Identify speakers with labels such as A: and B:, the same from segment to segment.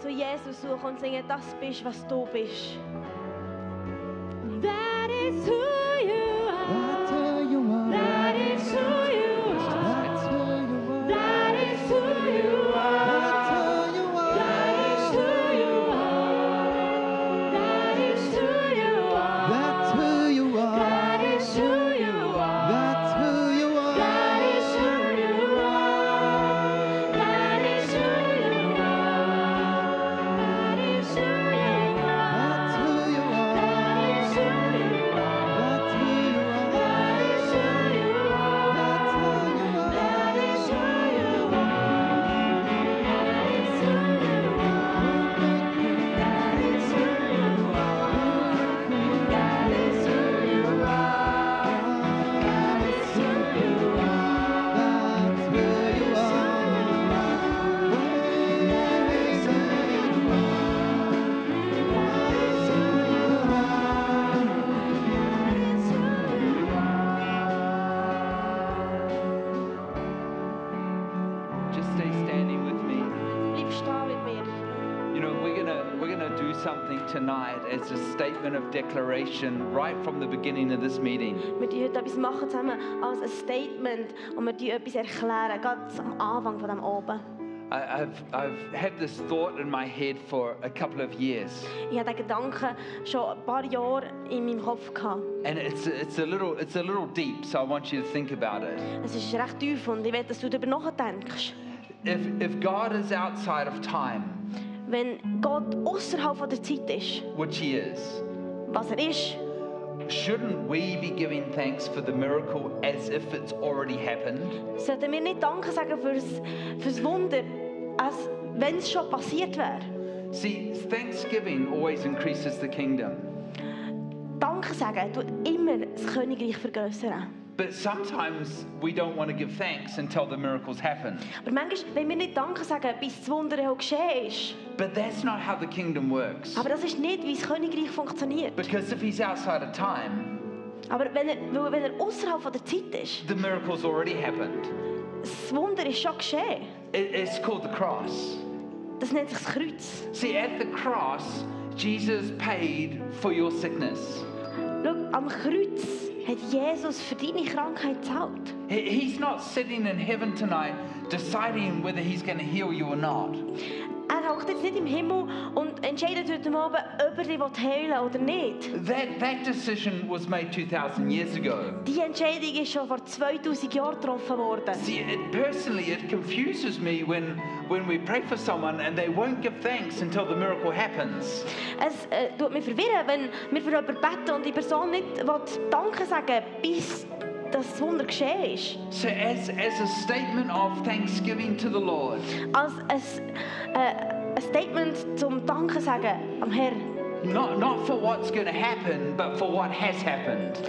A: zu Jesus suchen und singen, das bist, was du bist.
B: That is who you are.
C: That's who you are.
B: That is who you are.
C: That's who you are.
B: That is who you
C: That's
B: are.
C: who you are.
B: That is who you are. That is who you are.
C: That's who you are.
B: That is who
C: That's who you are. That's
B: you are. That is who you are. That is who you are. That is who you are.
C: who you are. That's who you are. That's who you are.
B: That is who you are. That is who you are. That is who you are. That is who you are. That is who you are. That is who you are. That is who you are.
C: That's who you are.
D: Just stay standing with me.
A: Bleib stehen mit mir.
D: You know, we're gonna we're gonna do something tonight as a statement of declaration right from the beginning of this meeting.
A: Wir die heute etwas machen zusammen als ein Statement und wir die etwas erklären, ganz am Anfang von dem Oben.
D: I, I've I've had this thought in my head for a couple of years,
A: Ich hatte den Gedanken schon ein paar Jahre in meinem Kopf. Gehabt.
D: and it's it's a little it's a little deep, so I want you to think about it.
A: Es ist recht tief und ich will, dass du darüber nachdenkst.
D: If if God is outside of time,
A: Wenn Gott außerhalb von der Zeit ist,
D: which He is,
A: was er ist,
D: shouldn't we be giving thanks for the miracle as if it's already happened?
A: sollten wir nicht Danke sagen fürs, fürs Wunder, als wenn es schon passiert wäre.
D: See, thanksgiving always increases the kingdom.
A: Danke sagen tut immer das Königreich vergrößern.
D: But sometimes we don't want to give thanks until the miracles happen.
A: Aber manchmal, wenn wir nicht Danke sagen, bis das Wunder auch geschehen ist.
D: But that's not how the kingdom works.
A: Aber das ist nicht, wie das Königreich funktioniert.
D: Because if he's outside of time,
A: Aber wenn er, weil wenn er außerhalb von der Zeit ist,
D: the miracle's already happened.
A: das Wunder ist schon geschehen.
D: It- It's called the cross.
A: Das nennt sich das Kreuz.
D: See, at the cross, Jesus paid for your sickness.
A: Schau, am Kreuz hat Jesus für deine Krankheit gezahlt.
D: He- He's not sitting in heaven tonight deciding whether he's going to heal you or not.
A: Er hockt jetzt nicht im Himmel und entscheidet heute Abend, ob er dich heilen will oder nicht.
D: That, that decision was made 2,000 years ago.
A: Die Entscheidung ist schon vor 2000 Jahren getroffen worden.
D: See, it, personally, it confuses me when, when we pray for someone and they won't give thanks until the miracle happens.
A: Es äh, tut mich verwirren, wenn wir für jemanden beten und die Person nicht will Danke sagen bis das Wunder geschehen ist.
D: So, as, as a statement of thanksgiving to the Lord,
A: Als ein, äh, ein Statement zum Danke sagen am Herrn.
D: not, not for what's going to happen, but for what has happened.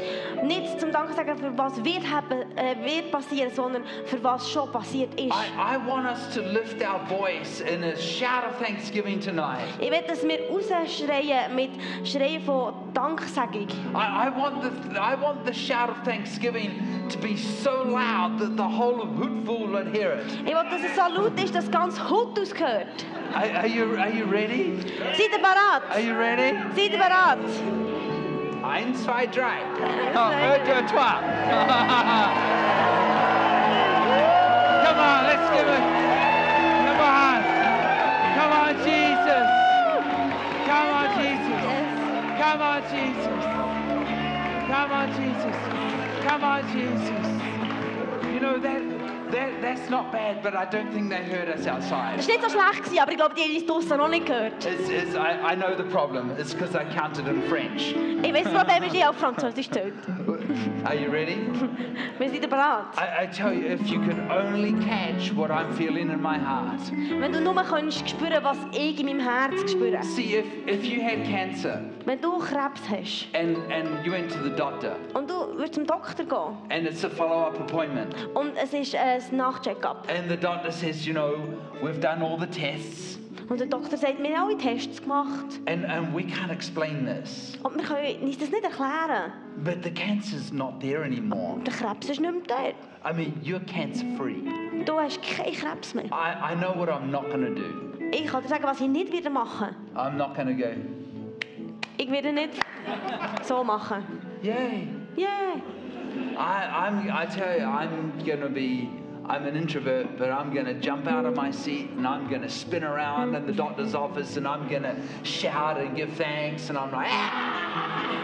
A: Nicht zum Danke sagen, für was wird, happen, äh, wird passieren, sondern für was schon passiert ist.
D: I, I want us to lift our voice in a shout of thanksgiving tonight.
A: Ich will, dass wir rausschreien mit Schreien von Danksagung.
D: I, I, want the, I want the shout of thanksgiving to be so loud that the whole of Hootville would hear it.
A: Ich will, dass es so laut ist, dass ganz Hut ausgehört.
D: Are, are, you, are you ready?
A: Seid ihr
D: Are
A: bereit?
D: you ready?
A: Seid ihr bereit?
D: Eins, zwei, drei.
A: zwei,
D: Un, deux, trois. Come on, let's give it. Come on. Come on, Jesus. Come on, Jesus. Come on, Jesus. Come on, Jesus. Come on, Jesus. You know, that, that that's not bad, but I don't think they heard us outside.
A: Das war nicht so schlecht, gewesen, aber ich glaube, die haben uns draussen noch nicht gehört.
D: It's, it's, I, I know the problem. It's because I counted in French.
A: Ich weiß, das Problem ist, ich habe auf Französisch zählt.
D: Are you ready?
A: Wir sind bereit.
D: I, I tell you, if you could only catch what I'm feeling in my heart.
A: Wenn du nur könntest spüren, was ich in meinem Herz spüre.
D: See, if, if you had cancer
A: Wenn du Krebs hast
D: and, and you went to the doctor
A: und du würdest zum Doktor gehen
D: and it's a follow up appointment,
A: und es ist ein Nachcheck-up
D: and the doctor says, you know, we've done all the tests
A: und der Doktor sagt, wir haben alle Tests gemacht
D: and, and we can't explain this,
A: und wir können uns das nicht erklären.
D: but the cancer's not there anymore.
A: Der Krebs ist nicht mehr da.
D: I mean, you're cancer free.
A: Du hast keinen Krebs mehr.
D: I, I know what I'm not going to do.
A: Ich kann dir sagen, was ich nicht wieder mache.
D: I'm not going to go,
A: Ich werde nicht so machen.
D: yay.
A: Yeah.
D: I, I'm, I tell you, I'm going to be, I'm an introvert, but I'm going to jump out of my seat and I'm going to spin around in the doctor's office and I'm going to shout and give thanks and I'm like, ah!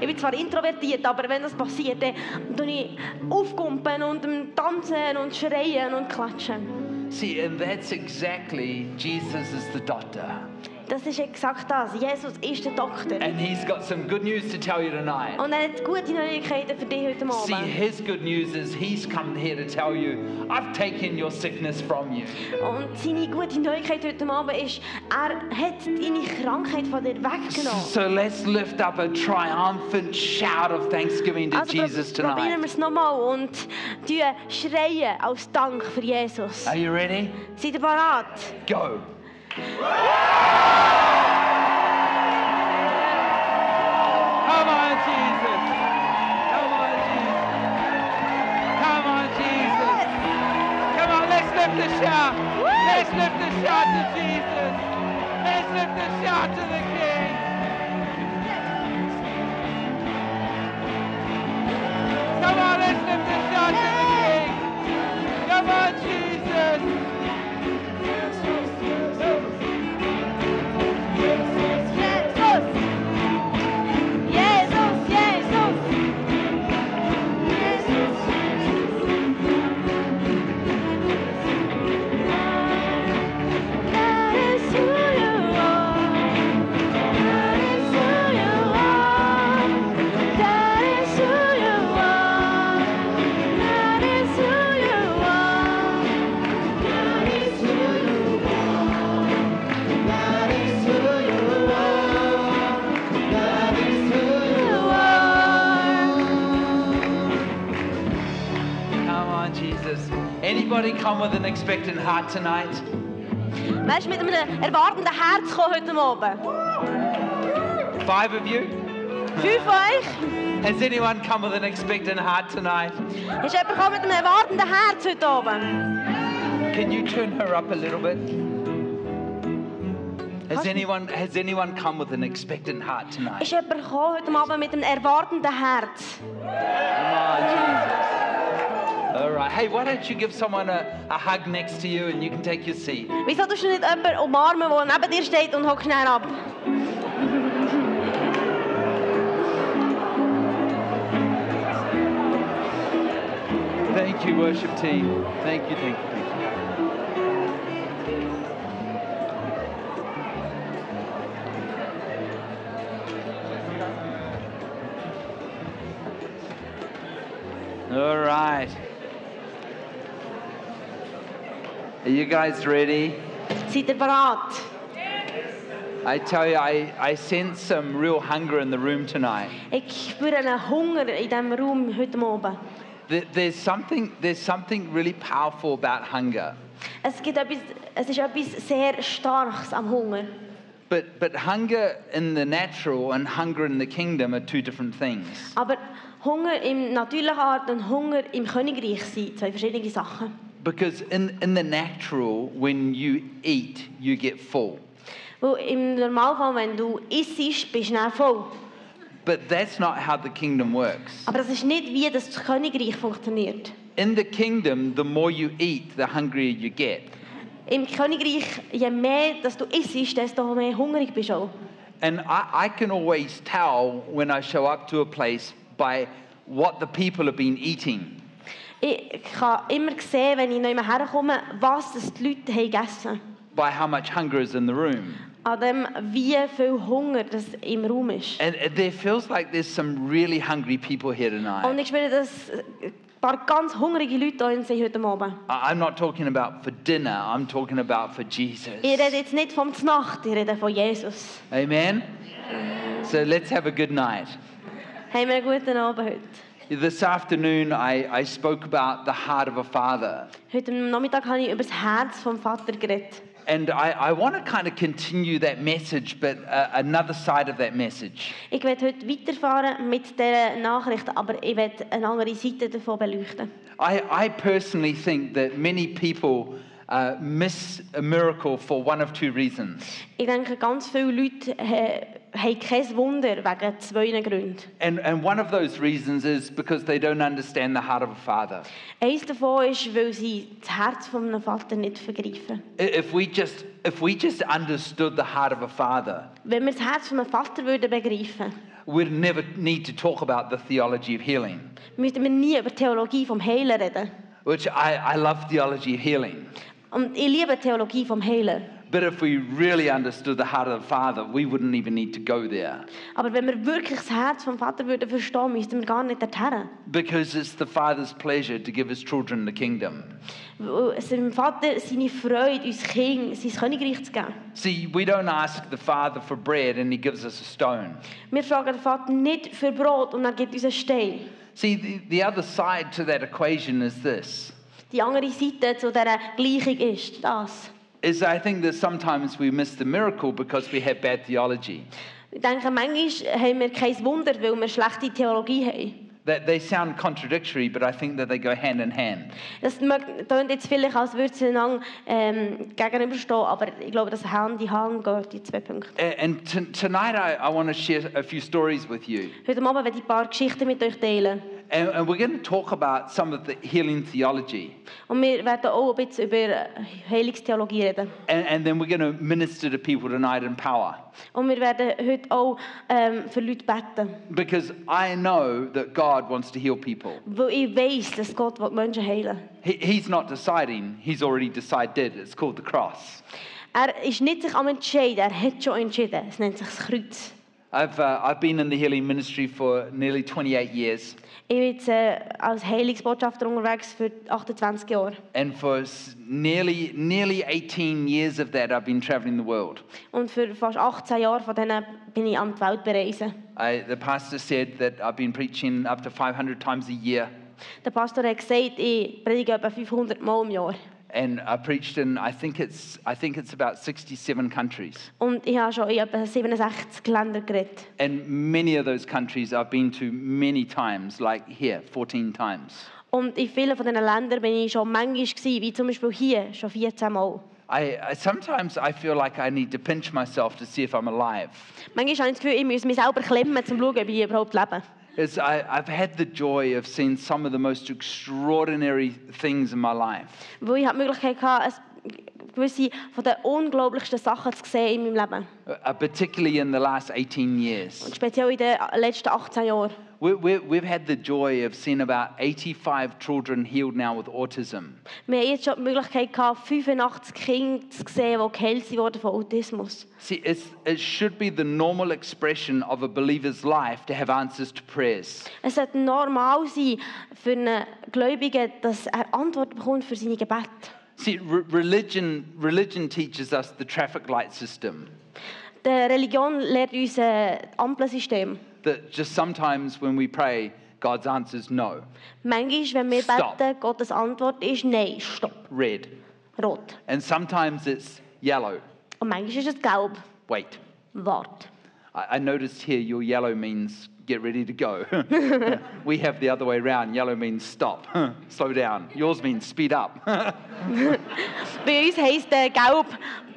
A: Ich bin zwar introvertiert, aber wenn das passiert, dann tue ich aufkumpen und ähm, tanzen und schreien und klatschen.
D: See, and that's exactly Jesus is the doctor.
A: Das ist exakt das. Jesus ist der Doktor.
D: And he's got some good news to tell you tonight.
A: Und er hat gute Neuigkeiten für dich heute
D: See,
A: Abend.
D: his good news is he's come here to tell you, I've taken your sickness from you.
A: Und seine gute Neuigkeit heute Abend ist, er hat deine Krankheit von dir weggenommen.
D: So let's lift up a triumphant shout of thanksgiving to
A: Also prob-
D: Jesus
A: probieren wir
D: tonight.
A: es nochmal und tun schreien als Dank für Jesus.
D: Are you ready?
A: Seid ihr bereit?
D: Go. Come on, Jesus. Come on, Jesus. Come on, Jesus. Come on, let's lift the shout. Let's lift the shout to Jesus. Let's lift the shout to the King. Come on, let's lift the shout to the King. Come on, Jesus.
A: Jesus! Jesus, Jesus!
D: Come on, Jesus. Anybody come with an expectant heart tonight?
A: Weißt du, mit einem erwartenden Herz kommen heute Abend.
D: Five of you?
A: Fünf von
D: Has anyone come with an expectant heart tonight?
A: euch ist jemand gekommen mit einem erwartenden Herz heute Abend.
D: Can you turn her up a little bit? Has anyone has anyone come with an expectant heart tonight?
A: Ist jemand gekommen heute Abend mit einem erwartenden Herz?
D: Come on, Jesus. All right. Hey, why don't you give someone a, a hug next to you and you can take your seat?
A: Wieso tust du nicht jemanden umarmen, der neben dir steht und hockt schnell ab?
D: Thank you, worship team. Thank you, thank you, thank you. All right. Are you guys ready?
A: Seid ihr bereit?
D: I tell you, I, I sense some real hunger in the room tonight.
A: Ich spüre einen Hunger in diesem Raum heute Abend.
D: There- There's something, there's something really powerful about hunger.
A: Es, gibt etwas, es ist etwas sehr Starkes am Hunger.
D: But, but hunger in the natural and hunger in the kingdom are two different things.
A: Aber Hunger im natürlichen Art und Hunger im Königreich sind zwei verschiedene Sachen.
D: Because in, in the natural, when you eat, you get full.
A: Weil im Normalfall, wenn du isst, bist du dann voll.
D: But that's not how the kingdom works.
A: Aber das ist nicht, wie das Königreich funktioniert.
D: In the kingdom, the more you eat, the hungrier you get.
A: Im Königreich, je mehr dass du isst, desto mehr hungrig bist du auch.
D: And I, I can always tell when I show up to a place by what the people have been eating.
A: Ich kann immer sehen, wenn ich neu herkomme, was das die Leute haben gegessen
D: By how much hunger is in the room.
A: An dem, wie viel Hunger das im Raum ist.
D: And it- there feels like there's some really hungry people here tonight.
A: Und ich spüre, dass ein paar ganz hungrige Leute hier sind heute Abend.
D: I- I'm not talking about for dinner, I'm talking about for
A: Ich rede
D: Jesus.
A: jetzt nicht vom Znacht, ich rede von Jesus.
D: Amen? So let's have a good night.
A: Haben wir einen guten Abend heute.
D: This afternoon, I, I spoke about the heart of a father.
A: Heute am Nachmittag habe ich über das Herz vom Vater geredet.
D: And I, I want to kind of continue that message, but uh, another side of that message.
A: Ich werde heute weiterfahren mit dieser Nachricht, aber ich werde eine andere Seite davon beleuchten.
D: I, I personally think that many people uh, miss a miracle for one of two reasons.
A: Ich denke, ganz viele Leute äh, haben kein Wunder wegen zwei Gründen.
D: And, and one of those reasons is because they don't understand the heart of a father.
A: Eines davon ist, weil sie das Herz von einem Vater nicht vergreifen.
D: I- If we just, if we just understood the heart of a father,
A: Wenn wir das Herz von einem Vater würden begreifen,
D: we'd never need to talk about the theology of healing,
A: müssten wir nie über die Theologie vom Heilen reden.
D: which I, I love theology of healing.
A: Und ich liebe die Theologie vom Heilen.
D: But if we really understood the heart of the father, we wouldn't even need to go there
A: Aber wenn wir wirklich das Herz vom Vater würden verstehen, müssten wir gar nicht dorthin.
D: because it's the father's pleasure to give his children the kingdom.
A: Weil es dem Vater seine Freude, uns Kind, sein Königreich zu geben.
D: See, we don't ask the father for bread and he gives us a stone.
A: Wir fragen den Vater nicht für Brot und er gibt uns einen Stein.
D: See, the, the other side to that equation is this.
A: Die andere Seite zu dieser Gleichung ist das.
D: Is I think that sometimes we miss the miracle because we have bad theology.
A: Ich denke, manchmal haben wir kein Wunder, weil wir schlechte Theologie haben.
D: That they sound contradictory, but I think that they go hand in hand.
A: Das mag- tönt jetzt vielleicht, als würden sie einander ähm, gegenüberstehen, aber ich glaube, das Hand in Hand geht, die zwei Punkte.
D: A- And t- tonight I, I want to share a few stories with you.
A: Heute Abend werde ich ein paar Geschichten mit euch teilen.
D: And, and we're going to talk about some of the healing theology.
A: Und wir werden auch ein bisschen über äh, Heilungstheologie reden.
D: And, and then we're going to minister to people tonight in power.
A: Und wir werden heute auch ähm, für Leute beten.
D: Because I know that God wants to heal people.
A: Weil ich weiß, dass Gott will die Menschen heilen will.
D: He, he's not deciding, He's already decided. It's called the cross.
A: Er ist nicht sich am Entscheiden, er hat schon entschieden. Es nennt sich das Kreuz.
D: I've, uh, I've been in the healing ministry for nearly 28 years,
A: Ich bin jetzt äh, als Heilungsbotschafter unterwegs für 28 Jahre.
D: and for s- nearly, nearly 18 years of that, I've been traveling the world.
A: Und für fast 18 Jahre von denen bin ich an die Welt bereisen.
D: I, the pastor said that I've been preaching up to 500 times a year,
A: Der Pastor hat gesagt, ich predige etwa 500 Mal im Jahr.
D: and I preached in, I think it's, I think it's about 67 countries.
A: Und ich habe schon in etwa 67 Ländern geredet.
D: And many of those countries I've been to many times, like here, 14 times.
A: Und in vielen von diesen Ländern bin ich schon manchmal, gewesen, wie zum Beispiel hier, schon 14 Mal.
D: I, I, sometimes I feel like I need to pinch myself to see if I'm alive.
A: Manchmal habe ich das Gefühl, ich muss mich selber klemmen, um zu schauen, ob ich überhaupt lebe.
D: It's, I, I've had the joy of seeing some of the most extraordinary things in my life.
A: Weil ich hatte die Möglichkeit, hatte, es- gewisse von den unglaublichsten Sachen zu sehen in meinem Leben.
D: uh, particularly in the last 18
A: Und
D: years.
A: speziell in den letzten 18 Jahren.
D: We, we, we've had the joy of seeing about 85 children healed now with autism.
A: Wir haben jetzt schon die Möglichkeit, gehabt, 85 Kinder zu sehen, die geheilt wurden von Autismus.
D: See, it's, it should be the normal expression of a believer's life to have answers to prayers.
A: Es sollte normal sein für einen Gläubigen, dass er Antworten bekommt für seine Gebete.
D: See, re- religion, religion teaches us the traffic light system.
A: Die Religion lehrt uns äh, das Ampelsystem.
D: That just sometimes when we pray, God's answer is no,
A: Manchmal, wenn wir
D: Stop.
A: beten, Gottes Antwort ist Nein, Stopp,
D: red.
A: Rot.
D: And sometimes it's yellow,
A: Und manchmal ist es Gelb,
D: wait.
A: Wart.
D: I, I noticed here your yellow means get ready to go. we have the other way around. Yellow means stop, slow down. Yours means speed up.
A: Bei uns heisst äh, Gelb,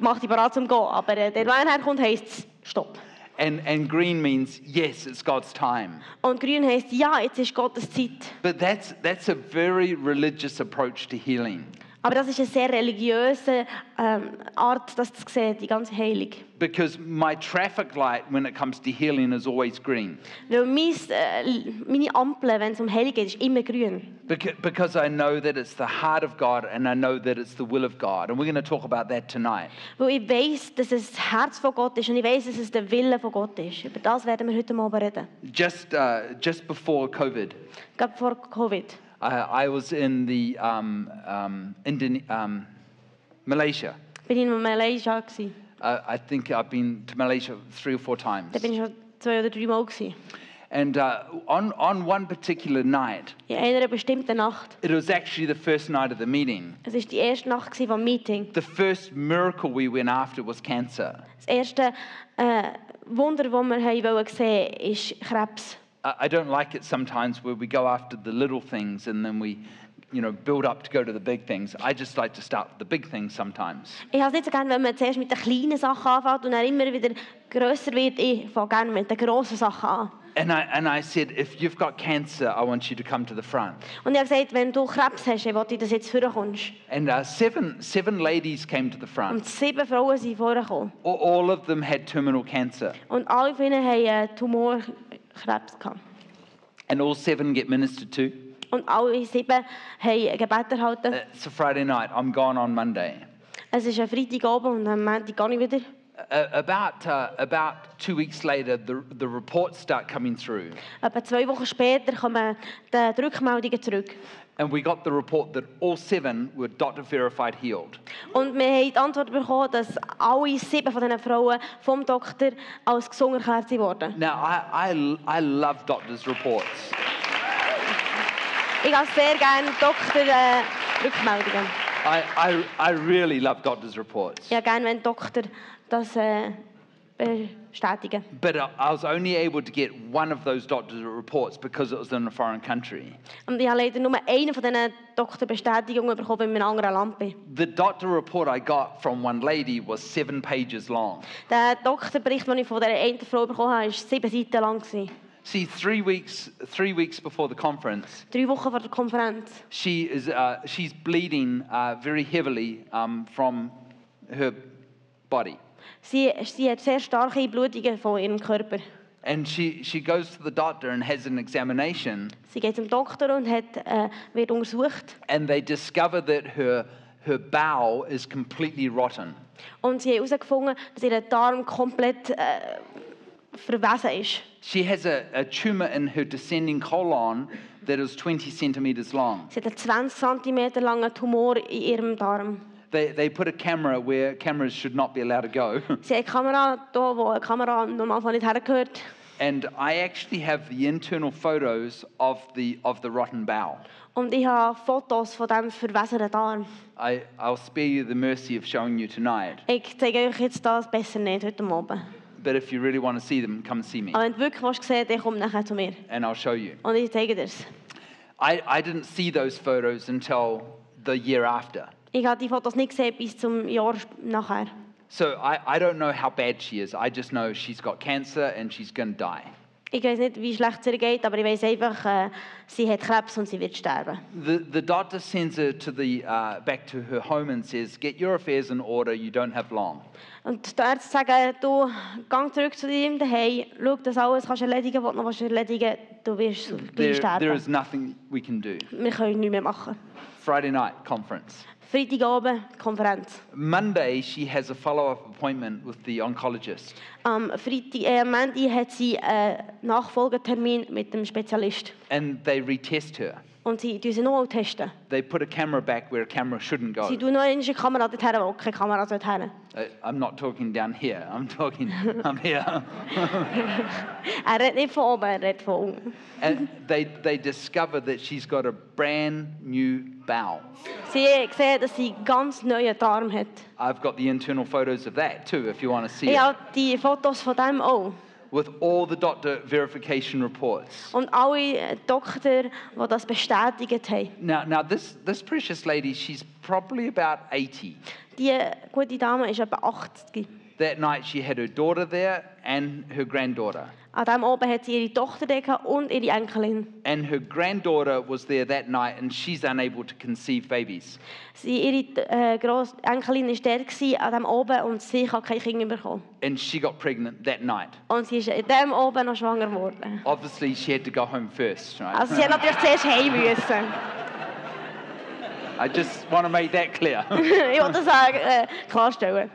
A: mach dich bereit zum Gehen. Aber äh, der, wenn herkommt, heisst es Stopp.
D: and, and green means yes, it's God's time.
A: Und Grün heisst Ja, jetzt ist Gottes Zeit.
D: But that's, that's a very religious approach to healing
A: Aber das ist eine sehr religiöse ähm, Art, das zu sehen, die ganze Heilung.
D: because my traffic light when it comes to healing is always green
A: Weil mein, äh, meine Ampel, wenn es um Heilung geht, ist immer grün.
D: Beca- because I know that it's the heart of God and I know that it's the will of God. And we're going to talk about that tonight.
A: Weil ich weiß, dass es das Herz von Gott ist und ich weiß, dass es der Wille von Gott ist. Über das werden wir heute Abend reden.
D: Just, uh, just before COVID,
A: Gerade vor Covid.
D: I, I was in the um, um, Indone- um, Malaysia.
A: Bin ich in Malaysia. Gewesen.
D: Uh, I think I've been to Malaysia three or four times.
A: Da bin ich schon zwei oder drei Mal. Gewesen.
D: And uh, on, on one particular night,
A: In einer bestimmten Nacht.
D: it was actually the first night of the meeting.
A: Es war die erste Nacht gewesen vom Meeting.
D: The first miracle we went after was cancer.
A: Das erste äh, Wunder, das wir haben wollen sehen, ist Krebs.
D: I, I don't like it sometimes where we go after the little things and then we you know, build up to go to the big things. I just like to start with the big things sometimes.
A: Ich habe es nicht so gerne, wenn man zuerst mit den kleinen Sachen anfängt und dann immer wieder grösser wird. Ich fange gerne mit den grossen Sachen an.
D: And I, and I said, if you've got cancer, I want you to come to the front.
A: Und ich habe gesagt, wenn du Krebs hast, ich will, dass du jetzt vorkommst.
D: And uh, seven, seven ladies came to the front.
A: Und sieben Frauen sind vorgekommen.
D: A- All of them had terminal cancer.
A: Und alle von ihnen haben äh, Tumorkrebs. Gehabt.
D: And all seven get ministered to.
A: Und alle sieben haben Gebet erhalten.
D: It's a Friday night. I'm gone on Monday.
A: Es ist ein Freitagabend und am Montag gar nicht wieder.
D: A- about, uh, about two weeks later, the, the reports start coming through.
A: Etwa zwei Wochen später kommen die die Rückmeldungen zurück.
D: And we got the report that all seven were doctor verified healed.
A: Und wir haben die Antwort bekommen, dass alle sieben von diesen Frauen vom Doktor als gesund erklärt wurden.
D: Now, I, I, I love doctors' reports.
A: Ich habe sehr gerne Doktor äh, Rückmeldungen.
D: I, I, I really love doctors' reports.
A: Ich habe gerne, wenn die Doktor das äh, bestätigen.
D: But I, I was only able to get one of those doctors' reports because it was in a foreign country.
A: Und ich habe leider nur eine von diesen Doktorbestätigungen bekommen, weil ich in einem anderen Land bin.
D: The doctor report I got from one lady was seven pages long.
A: Der Doktorbericht, den ich von dieser einen Frau bekommen habe, war sieben Seiten lang. gewesen.
D: See, three weeks, three weeks before the conference,
A: Drei Wochen vor der Konferenz.
D: she is, uh, she's bleeding uh, very heavily um, from her body.
A: Sie, sie hat sehr starke Blutungen von ihrem Körper.
D: And she, she goes to the doctor and has an examination,
A: Sie geht zum Doktor und hat, äh, wird untersucht.
D: and they discover that her, her bowel is completely rotten.
A: Und sie haben herausgefunden, dass ihr Darm komplett äh, verwesen ist.
D: She has a, a tumor in her descending colon that is 20 centimeters long.
A: Sie hat einen 20 cm langen Tumor in ihrem Darm.
D: They, they put a camera where cameras should not be allowed to go.
A: Sie hat eine Kamera da, wo eine Kamera am Normalfall nicht hergehört.
D: and I actually have the internal photos of the, of the rotten bowel.
A: Und ich habe Fotos von diesem verweserten Darm.
D: I, I'll spare you the mercy of showing you tonight,
A: Ich zeige euch jetzt das besser nicht heute Abend.
D: but if you really want to see them, come see me
A: Aber wenn du wirklich was sehen willst, dann komm nachher zu mir.
D: and I'll show you.
A: Und ich zeige dir es.
D: I, I didn't see those photos until the year after.
A: Ich habe die Fotos nicht gesehen bis zum Jahr sp- nachher.
D: So I, I don't know how bad she is. I just know she's got cancer and she's going to die.
A: Ich weiß nicht, wie schlecht es ihr geht, aber ich weiß einfach, äh, sie hat Krebs und sie wird sterben.
D: The, the doctor sends her to the, uh, back to her home and says, Get your affairs in order, you don't have long.
A: Und die Ärzte sagen, äh, du, geh zurück zu deinem Daheim, schau, dass alles kannst erledigen kannst, was du noch erledigen willst, du wirst gleich
D: There, there
A: sterben.
D: is nothing we can do.
A: Wir können nichts mehr machen.
D: Friday night conference.
A: Freitagabend, Konferenz.
D: Monday, she has a follow up appointment with the oncologist.
A: Am Freitag, äh, am Montag hat sie einen Nachfolgetermin mit dem Spezialist.
D: and they retest her.
A: Und sie testen sie nochmal. testen.
D: They put a camera back where a camera shouldn't go.
A: Sie tun noch eine Kamera dorthin, wo keine Kamera dorthin.
D: I, I'm not talking down here. I'm talking, I'm here.
A: Er redet nicht von oben, er redet von unten.
D: and they, they discover that she's got a brand new bowel.
A: Sie sehen, dass sie einen ganz neuen Darm hat.
D: I've got the internal photos of that too, if you want to see
A: Ich
D: it,
A: habe die Fotos von dem auch.
D: with all the doctor verification reports.
A: Und alle äh, Doktor, die das bestätigt haben.
D: Now, now this, this precious lady, she's probably about 80.
A: Die äh, gute Dame ist etwa 80.
D: That night, she had her daughter there and her granddaughter.
A: An diesem Abend hat sie ihre Tochter da gehabt und ihre Enkelin.
D: And her granddaughter was there that night, and she's unable to conceive babies.
A: Sie, ihre äh, Gross Enkelin war da gewesen an diesem Abend und sie hat keine Kinder bekommen.
D: and she got pregnant that night.
A: Und sie ist an diesem Abend noch schwanger geworden.
D: Obviously, she had to go home first, right?
A: Also sie hat natürlich zuerst heim müssen.
D: I just want to make that clear.
A: ich wollte das auch, äh, klarstellen.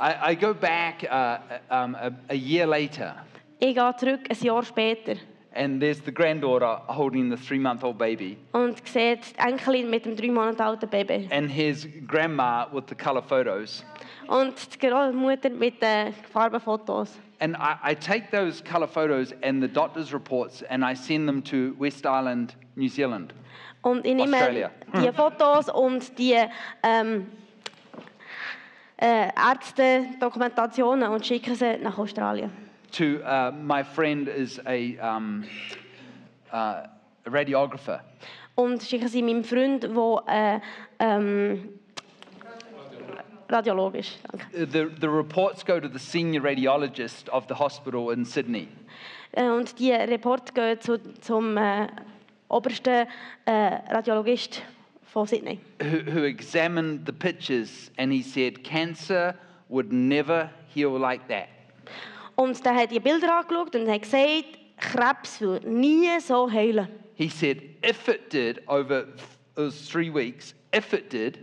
D: I, I go back uh, um, a, a year later,
A: Ich gehe zurück ein Jahr später
D: and there's the granddaughter holding the three month old baby,
A: und sehe die Enkelin mit dem drei Monate alten Baby.
D: and here's grandma with the color photos.
A: Und die Großmutter mit den Farbenfotos.
D: And I, I take those color photos and the doctor's reports, and I send them to West Island, New Zealand.
A: Und ich nehme
D: Australia.
A: die Fotos und die ähm, äh, Ärzte-Dokumentationen und schicke sie nach Australien.
D: To uh, my friend is a um, uh, a radiographer.
A: Und das ist eigentlich mein Freund, der äh, ähm, Radiologe ist. Danke.
D: Uh, The, the reports go to the senior radiologist of the hospital in Sydney.
A: Äh, Und die Report gehen zu, zum äh, obersten äh, Radiologist von Sydney.
D: who, who examined the pictures and he said cancer would never heal like that.
A: Und der hat die Bilder angeschaut und hat gesagt, Krebs würde nie so heilen.
D: He said if it did over it was three weeks, if it did,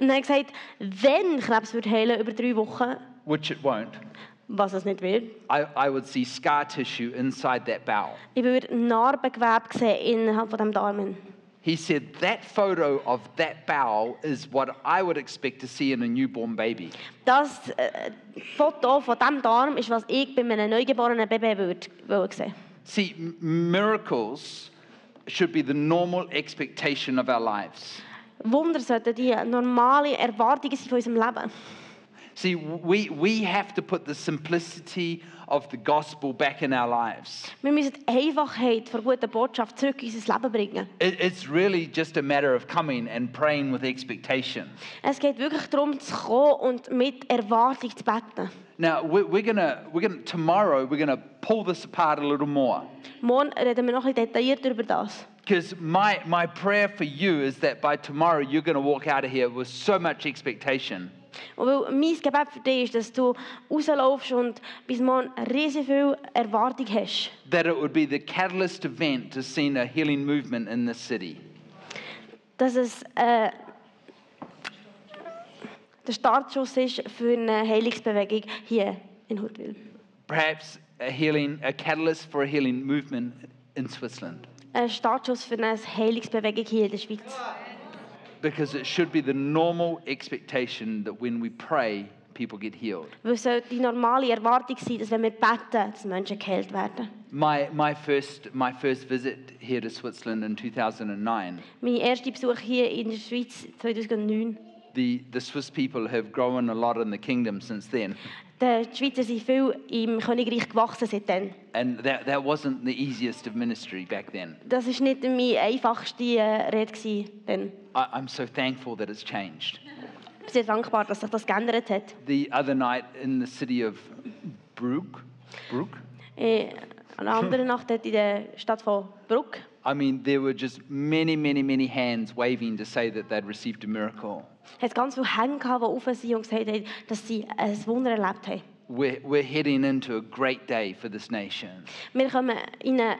A: Und er hat gesagt, wenn Krebs würde heilen über drei Wochen,
D: which it won't,
A: was es nicht wird,
D: I, I would see scar tissue inside that bowel.
A: ich würde Narbengewebe sehen innerhalb von dem Darmen.
D: He said that photo of that bowel is what I would expect to see in a newborn baby.
A: Das äh, Foto von diesem Darm ist, was ich bei einem neugeborenen Baby würde, würde sehen.
D: See, m- miracles should be the normal expectation of our lives.
A: Wunder sollten die normale Erwartungen sein von unserem Leben.
D: See, we, we have to put the simplicity of the gospel back in our lives.
A: Wir müssen die Einfachheit von guter Botschaft zurück in unser Leben bringen.
D: It, it's really just a matter of coming and praying with expectation.
A: Es geht wirklich darum, zu kommen und mit Erwartung zu beten.
D: Now, we're, we're gonna, we're gonna, tomorrow, we're gonna pull this apart a little more.
A: Morgen reden wir noch ein bisschen detaillierter über das.
D: Because my, my prayer for you is that by tomorrow, you're gonna walk out of here with so much expectation.
A: Und weil mein Gebet für dich ist, dass du rausläufst und bis morgen riesig viel Erwartung hast.
D: That it would be the catalyst event to seeing a healing movement in this city.
A: Dass es äh, der Startschuss ist für eine Heilungsbewegung hier in Huttwil.
D: Perhaps a healing, a catalyst for a healing movement in Switzerland.
A: Ein Startschuss für eine Heilungsbewegung hier in der Schweiz.
D: Because it should be the normal expectation that when we pray, people get healed.
A: Weil es sollte die normale Erwartung sein, dass wenn wir beten, dass Menschen geheilt werden.
D: My, my, first, my first visit here to Switzerland in 2009,
A: Mein erster Besuch hier in der Schweiz 2009.
D: the, the Swiss people have grown a lot in the kingdom since then.
A: Die Schweizer sind viel im Königreich gewachsen seitdem.
D: And that, that wasn't the easiest of ministry back then.
A: Das war nicht meine einfachste äh, Rede. gewesen Dann.
D: I, I'm so thankful that it's changed.
A: Ich bin sehr dankbar, dass sich das geändert hat.
D: The other night in the city of Brugg, Brugg
A: Äh, An einer anderen Nacht dort in der Stadt von Bruck.
D: I mean, there were just many, many, many hands waving to say that they'd received a miracle.
A: Es ganz viele Hände, gehabt, die auf sind und gesagt haben, dass sie ein Wunder erlebt haben.
D: We're, we're heading into a great day for this nation.
A: Wir kommen in einen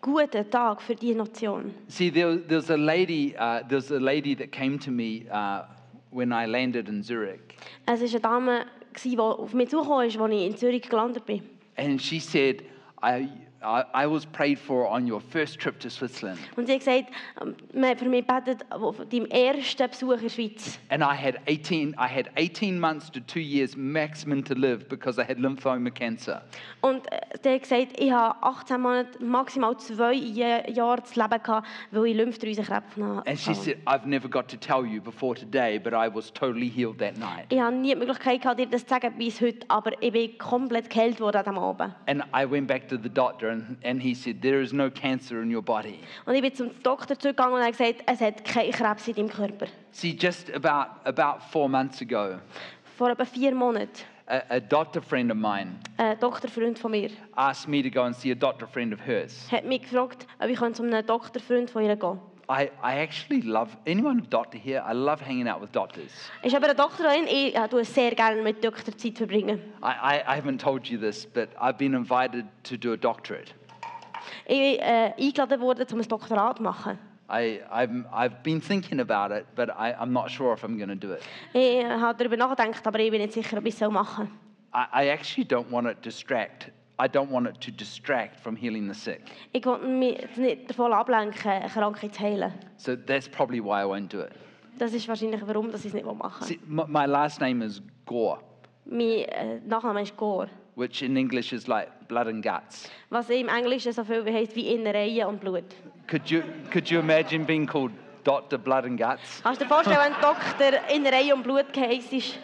A: guten Tag für diese Nation.
D: See, there, there's a lady. Uh, there's a lady that came to me uh, when I landed in Zurich,
A: Es war eine Dame, gewesen, die auf mich zugekommen ist, als ich in Zürich gelandet bin.
D: and she said, "I, I, I was prayed for on your first trip to Switzerland,
A: Und sie hat gesagt, ähm, man hat für mich gebetet, auf deinem ersten Besuch in der Schweiz.
D: and I had 18. I had 18 months to two years maximum to live because I had lymphoma cancer.
A: Und äh, der hat gesagt, ich habe 18 Monate, maximal zwei Je- Jahre zu leben gehabt, weil ich Lymphdrüsenkrebs hatte.
D: And she said, "I've never got to tell you before today, but I was totally healed that night."
A: ich habe nie die Möglichkeit gehabt, dir das zu sagen, wie es heute, aber ich bin komplett geheilt worden an diesem Abend.
D: And I went back to the doctor, and, and he said, "There is no cancer in your body."
A: Und ich bin zum Doktor zurückgegangen und er hat gesagt, es hat keinen Krebs in deinem Körper.
D: See, just about about four months ago.
A: Vor etwa vier Monaten,
D: a, a doctor friend of mine
A: ein Doktorfreund von mir
D: asked me to go and see a doctor friend of hers.
A: hat mich gefragt, ob ich zu einem Doktorfreund von ihr gehen könnte.
D: I, I actually love anyone a doctor here. I love hanging out with doctors.
A: Ist aber eine Doktorin, ich äh, tue sehr gerne mit Doktor Zeit verbringen.
D: I, I, I haven't told you this, but I've been invited to do a doctorate.
A: Ich bin äh, eingeladen worden, um ein Doktorat zu machen.
D: I, I've, I've been thinking about it, but I, I'm not sure if I'm going to do it.
A: Ich äh, habe darüber nachgedacht, aber ich bin nicht sicher, ob ich es machen soll.
D: I, I actually don't want it distract. I don't want it to distract from healing the sick.
A: Ich wollte mich nicht davon ablenken, eine Krankheit zu heilen.
D: So that's probably why I won't do it.
A: Das ist wahrscheinlich, warum dass ich es nicht machen will.
D: See, my, my last name is Gore,
A: Mein äh, Nachname ist Gore,
D: which in English is like blood and guts.
A: was im Englischen so viel heisst wie Innereien und Blut.
D: Could you could you imagine being called Doctor Blood and Guts?
A: Kannst du dir vorstellen, wenn Doktor Innereien und Blut geheißen ist?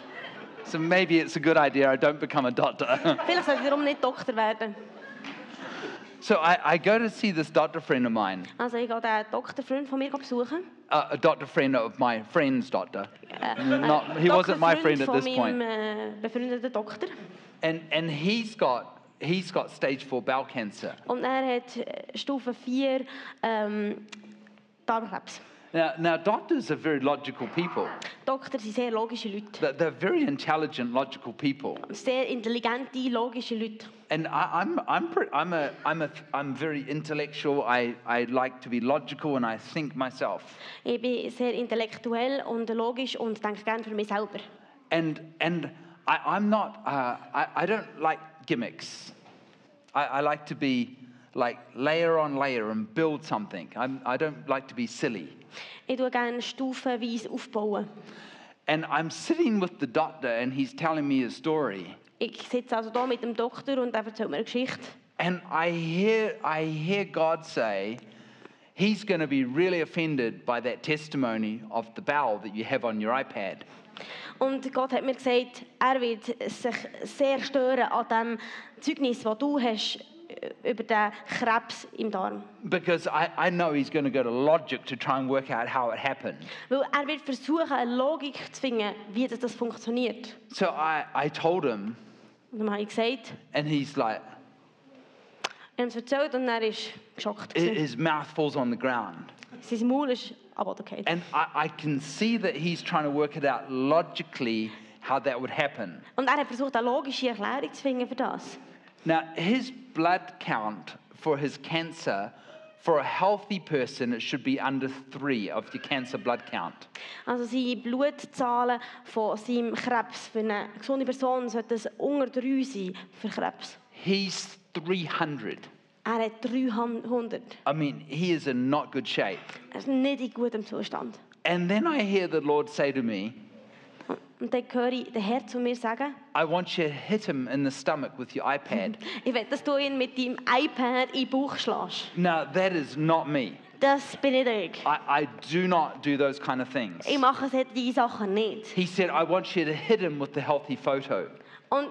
D: So maybe it's a good idea I don't become a doctor.
A: Vielleicht sollte ich darum nicht Doktor werden.
D: So I, I go to see this doctor friend of mine,
A: Also ich gehe den Doktorfreund von mir besuchen.
D: uh, a doctor friend of my friend's doctor.
A: Äh,
D: Not,
A: äh,
D: he wasn't my
A: Doktorfreund
D: friend at
A: von
D: this
A: meinem,
D: point.
A: äh, befreundeten Doktor.
D: And, and he's got, he's got stage four bowel cancer.
A: Und er hat äh, Stufe 4 ähm, Darmkrebs.
D: Now, now doctors are very logical people.
A: Doktor sind sehr logische Leute.
D: They're- They're very intelligent, logical people.
A: Sehr intelligente, logische Leute.
D: And I, I'm, I'm, pre- I'm, a, I'm, a, I'm very intellectual. I, I like to be logical and I think myself.
A: Ich bin sehr intellektuell und logisch und denke gerne für mich selber.
D: And, and I, I'm not, uh, I, I don't like gimmicks. I, I like to be like layer on layer and build something. I'm, I don't like to be silly.
A: Ich tue gerne stufenweise aufbauen.
D: And I'm sitting with the doctor and he's telling me his story.
A: Ich sitze also hier mit dem Doktor und er erzählt mir eine Geschichte.
D: And I hear, I hear God say, He's going to be really offended by that testimony of the bowel that you have on your iPad.
A: Und Gott hat mir gesagt, er wird sich sehr stören an dem Zeugnis, das du hast äh, über den Krebs im Darm.
D: Because I, I know He's going to go to logic to try and work out how it happened.
A: Weil er wird versuchen, eine Logik zu finden, wie das, das funktioniert.
D: So I, I told him,
A: Und dann habe ich gesagt,
D: and he's like,
A: er hat es erzählt und er ist geschockt.
D: i-
A: gewesen.
D: his mouth falls on the ground.
A: Sein Maul ist am Boden gefallen.
D: And I, I can see that he's trying to work it out logically how that would happen.
A: Und er hat versucht, eine logische Erklärung zu finden für das.
D: Now, his blood count for his cancer, for a healthy person, it should be under three of your cancer blood count.
A: Also seine Blutzahlen von seinem Krebs. Für eine gesunde Person sollte es unter 3 sein für Krebs.
D: He's 300.
A: Er hat 300.
D: I mean, he is in not good shape.
A: Er ist nicht in gutem Zustand.
D: And then I hear the Lord say to me,
A: Und dann höre ich den Herr zu mir sagen,
D: I want you to hit him in the stomach with your iPad.
A: ich will, dass du ihn mit deinem iPad in den Bauch schlägst.
D: now, that is not me.
A: Das bin nicht ich.
D: I, I do not do those kind of things.
A: Ich mache solche Sachen nicht.
D: He said, I want you to hit him with the healthy photo.
A: Und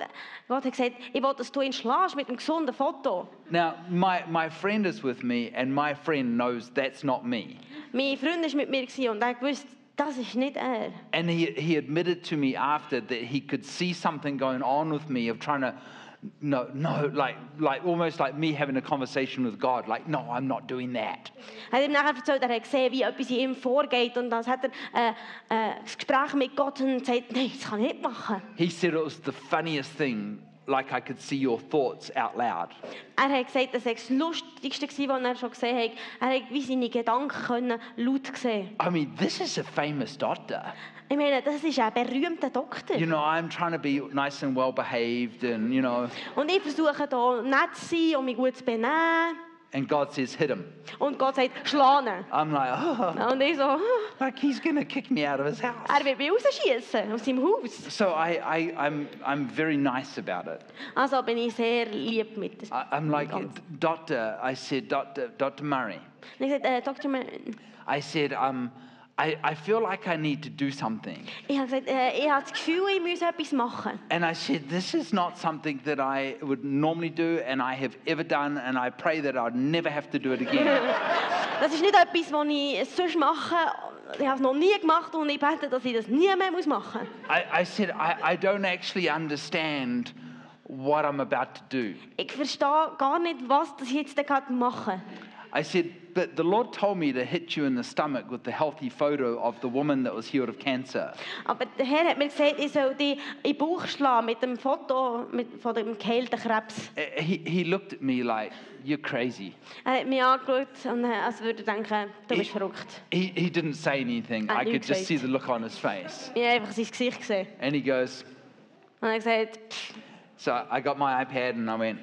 A: Gott hat gesagt, ich will, dass du ihn schlägst mit einem gesunden Foto.
D: Now, my, my friend is with me, and my friend knows that's not me.
A: Mein Freund war mit mir gewesen und er wusste, das ist nicht er.
D: And he, he admitted to me after that he could see something going on with me of trying to, no, no, like, like almost like me having a conversation with God, like, no, I'm not doing that.
A: Er hat ihm nachher erzählt, er hat gesehen, wie etwas in ihm vorgeht und dann hat er äh, äh, das Gespräch mit Gott und gesagt, nein, das kann ich nicht machen.
D: He said it was the funniest thing, like I could see your thoughts out loud.
A: Er hat gesagt, das sei das Lustigste gewesen, was er schon gesehen hat. Er hat wie seine Gedanken können laut gesehen.
D: I mean, this is a famous doctor.
A: Ich meine, das ist ein berühmter Doktor.
D: You know, I'm trying to be nice and well behaved, and, you know,
A: Und ich versuche da nett zu sein und mich gut zu benehmen.
D: and God says, hit him.
A: Und Gott sagt, schlagen.
D: I'm like, oh,
A: Und ich so, «Ah,
D: like he's going to kick me out of his house.
A: er wird mich rausschießen aus seinem Haus.
D: So I, I, I'm, I'm very nice about it.
A: Also bin ich sehr lieb mit dem
D: I, I'm like,
A: Ganzen.
D: Doctor, I said, Doctor, Doctor Murray,
A: Und ich sagte, äh, Dr. Mann,
D: I said, um, I, I feel like I need to do something.
A: ich habe gesagt, äh, ich habe das Gefühl, ich muss etwas machen.
D: And I said, this is not something that I would normally do and I have ever done, and I pray that I'd never have to do it again.
A: Das ist nicht etwas, was ich sonst mache. Ich habe es noch nie gemacht und ich bete, dass ich das nie mehr muss machen muss.
D: I, I said, I, I don't actually understand what I'm about to do.
A: Ich verstehe gar nicht, was das ich jetzt da gerade mache.
D: I said, but the Lord told me to hit you in the stomach with the healthy photo of the woman that was healed of cancer.
A: Aber der Herr hat mir gesagt, ich soll dich in den Bauch schlagen mit dem Foto mit, von dem geheilten Krebs.
D: Eh, He, he looked at me like, you're crazy.
A: Er hat mich angeschaut, und, äh, als würde er denken, du bist
D: Ich-
A: verrückt.
D: He, he didn't say anything.
A: Ah,
D: I
A: you
D: could just
A: crazy.
D: see the look on his face.
A: Ich habe einfach sein Gesicht gesehen.
D: And he goes,
A: Und er hat gesagt, «Pff.»
D: So I got my iPad and I went,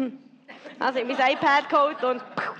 A: also ich habe mein iPad geholt und, «Pff.»